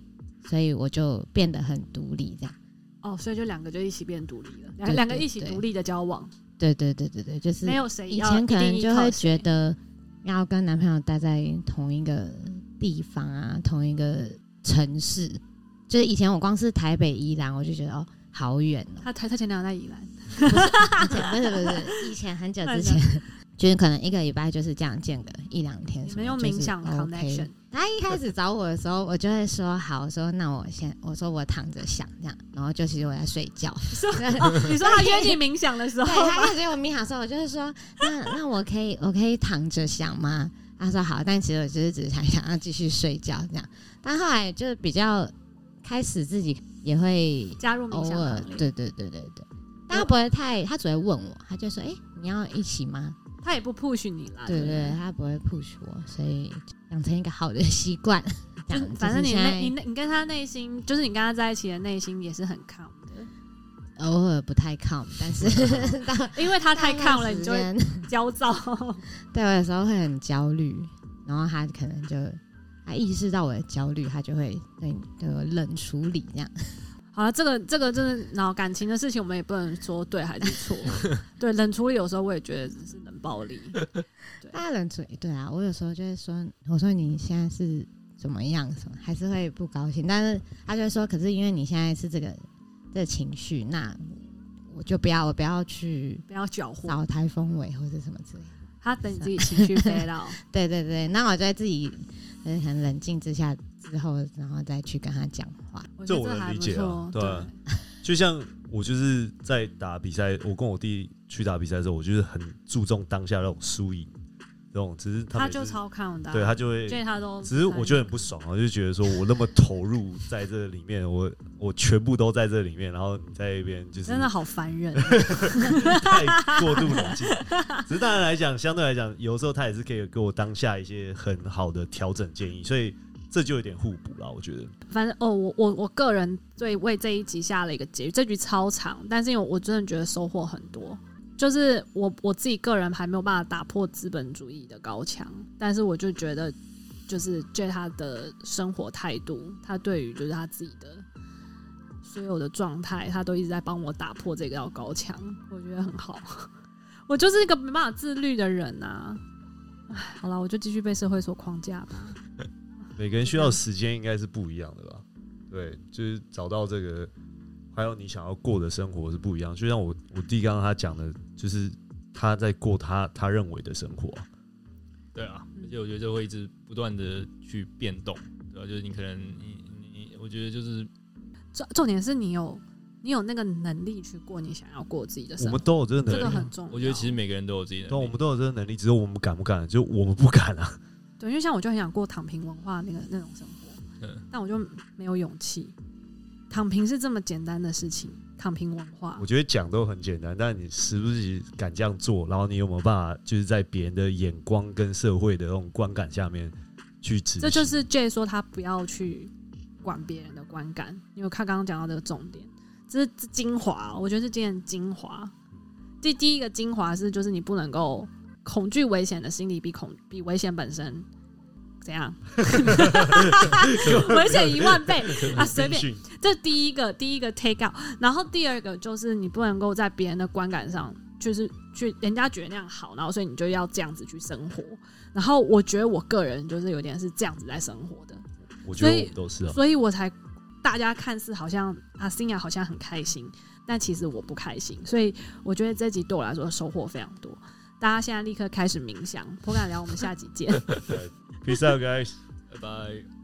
S4: 所以我就变得很独立这样。
S2: 哦，所以就两个就一起变独立了，两
S4: 对
S2: 两个
S4: 对
S2: 一起
S4: 对
S2: 独立的交往，
S4: 对对对对对，就是
S2: 没有谁
S4: 以
S2: 要
S4: 前可
S2: 一定
S4: 能
S2: 依
S4: 就
S2: 靠
S4: 会
S2: 谁
S4: 觉得要跟男朋友待在同一个地方啊，同一个城市，就是以前我光是台北宜兰，我就觉得哦好远哦、
S2: 他他他前两个在宜兰，
S4: 以前不是不是不是，以前很久之前，
S2: (laughs)
S4: 就是可能一个礼拜就是这样见个一两天
S2: 你
S4: 什么，
S2: 们用
S4: 就是
S2: 冥想
S4: OK
S2: connection，
S4: 他一开始找我的时候，我就会说好，我说那我先，我说我躺着想这样，然后就其实我在睡觉。
S2: (laughs) 你说他约你冥想的 (laughs) 时
S4: 对
S2: 候，
S4: 他一直给我冥想的时候，我就会说，那那我可以我可以躺着想吗？他说好，但其实我就是只是想想要继续睡觉这样。但后来就是比较开始自己也会
S2: 加入冥
S4: 偶
S2: 想
S4: 尔
S2: 行，列
S4: 对对对对对，但他不会太，他只会问我，他就说，哎、你要一起吗？
S2: 他也不 push 你啦，
S4: 对
S2: 不
S4: 对对，他不会 push 我，所以养成一个好的习惯。 (laughs) 这
S2: 就
S4: 样
S2: 是反正
S4: 就是
S2: 你
S4: 现
S2: 内你
S4: 在
S2: 内你跟他内心，就是你跟他在一起的内心也是很 calm 的，
S4: 偶尔不太 calm，
S2: (laughs)
S4: 但是到
S2: 因为他太 calm 了，
S4: 到那个时
S2: 你就会
S4: 间
S2: 焦躁。 (laughs)
S4: 对我有时候会很焦虑，然后他可能就他意识到我的焦虑，他就会对对我冷处理这样。
S2: 好了，这个这个真的，然后感情的事情我们也不能说对还是错，对冷处理有时候我也觉得是冷暴力，
S4: 大家冷处理，对啊，我有时候就会说，我说你现在是怎么样什么，还是会不高兴，但是他就会说，可是因为你现在是这个这个情绪，那我就不要，我不要去
S2: 不要搅和，
S4: 扫台风尾或者什么之类的。
S2: 他等你自己情绪飞
S4: (laughs)
S2: 到。
S4: 对对对，那我就会自己呃很冷静之下之后，然后再去跟他讲话。
S2: 我觉
S1: 这
S2: 得
S1: 我
S2: 这
S1: 能
S2: 还
S1: 理
S2: 不
S1: 解
S2: 错
S1: 啊，对啊就像我就是在打比赛，我跟我弟去打比赛的时候，我就是很注重当下那种输赢，这种只是他
S2: 他
S1: 们也
S2: 就是超看的啊，
S1: 对他就会
S2: 所以他都
S1: 只是我觉得很不爽啊，我就觉得说我那么投入在这里面，我我全部都在这里面，然后你在一边就是
S2: 真的好烦人，
S1: (laughs)
S2: 啊
S1: 太过度冷静。只是当然来讲，相对来讲，有时候他也是可以给我当下一些很好的调整建议，所以这就有点互补啦，我觉得。
S2: 反正哦，我我我个人对为这一集下了一个结语，这局超长，但是因为我真的觉得收获很多。就是我我自己个人还没有办法打破资本主义的高墙，但是我就觉得，就是对他的生活态度，他对于就是他自己的所有的状态，他都一直在帮我打破这个道高墙，我觉得很好。 (laughs) 我就是一个没办法自律的人啊。唉好了，我就继续被社会所框架吧。
S1: 每个人需要的时间应该是不一样的吧？对，就是找到这个，还有你想要过的生活是不一样。就像我我弟刚刚他讲的，就是他在过他他认为的生活啊、
S3: 对啊，而且我觉得这会一直不断的去变动，对吧、就是你可能你你你，我觉得就是
S2: 重重点是你有你有那个能力去过你想要过自己的
S1: 我
S2: 生活
S1: 们，都有这个
S2: 这
S1: 能
S2: 个
S1: 力啊，
S2: 很重要。
S3: 我觉得其实每个人都有自己的
S1: 对，
S3: 能
S1: 我
S3: 力，
S1: 们都有这个能力，只是我们敢不敢？就我们不敢啊。
S2: 对，因为像我就很想过躺平文化那个那种生活，
S3: 嗯，
S2: 但我就没有勇气。躺平是这么简单的事情，躺平文化
S1: 我觉得讲都很简单，但你时不时敢这样做，然后你有没有办法，就是在别人的眼光跟社会的那种观感下面去执行？
S2: 这就是 J 说他不要去管别人的观感，因为看刚刚讲到这个重点，这是这精华，啊我觉得是今天的精华。第第一个精华是，就是你不能够恐惧危险的心理比恐比危险本身怎 (laughs) 样，危险一万倍啊！随便，
S1: 讯
S2: 这第一个第一个 take out，然后第二个就是你不能够在别人的观感上，就是去人家觉得那样好，然后所以你就要这样子去生活。然后我觉得我个人就是有点是这样子在生活的，
S1: 我觉得
S2: 所以
S1: 我们都是啊。
S2: 所以我才大家看似好像阿新雅好像很开心，但其实我不开心。所以我觉得这集对我来说收获非常多。大家现在立刻开始冥想，我敢聊，我们下集见。
S1: Peace out, guys.
S3: 拜拜。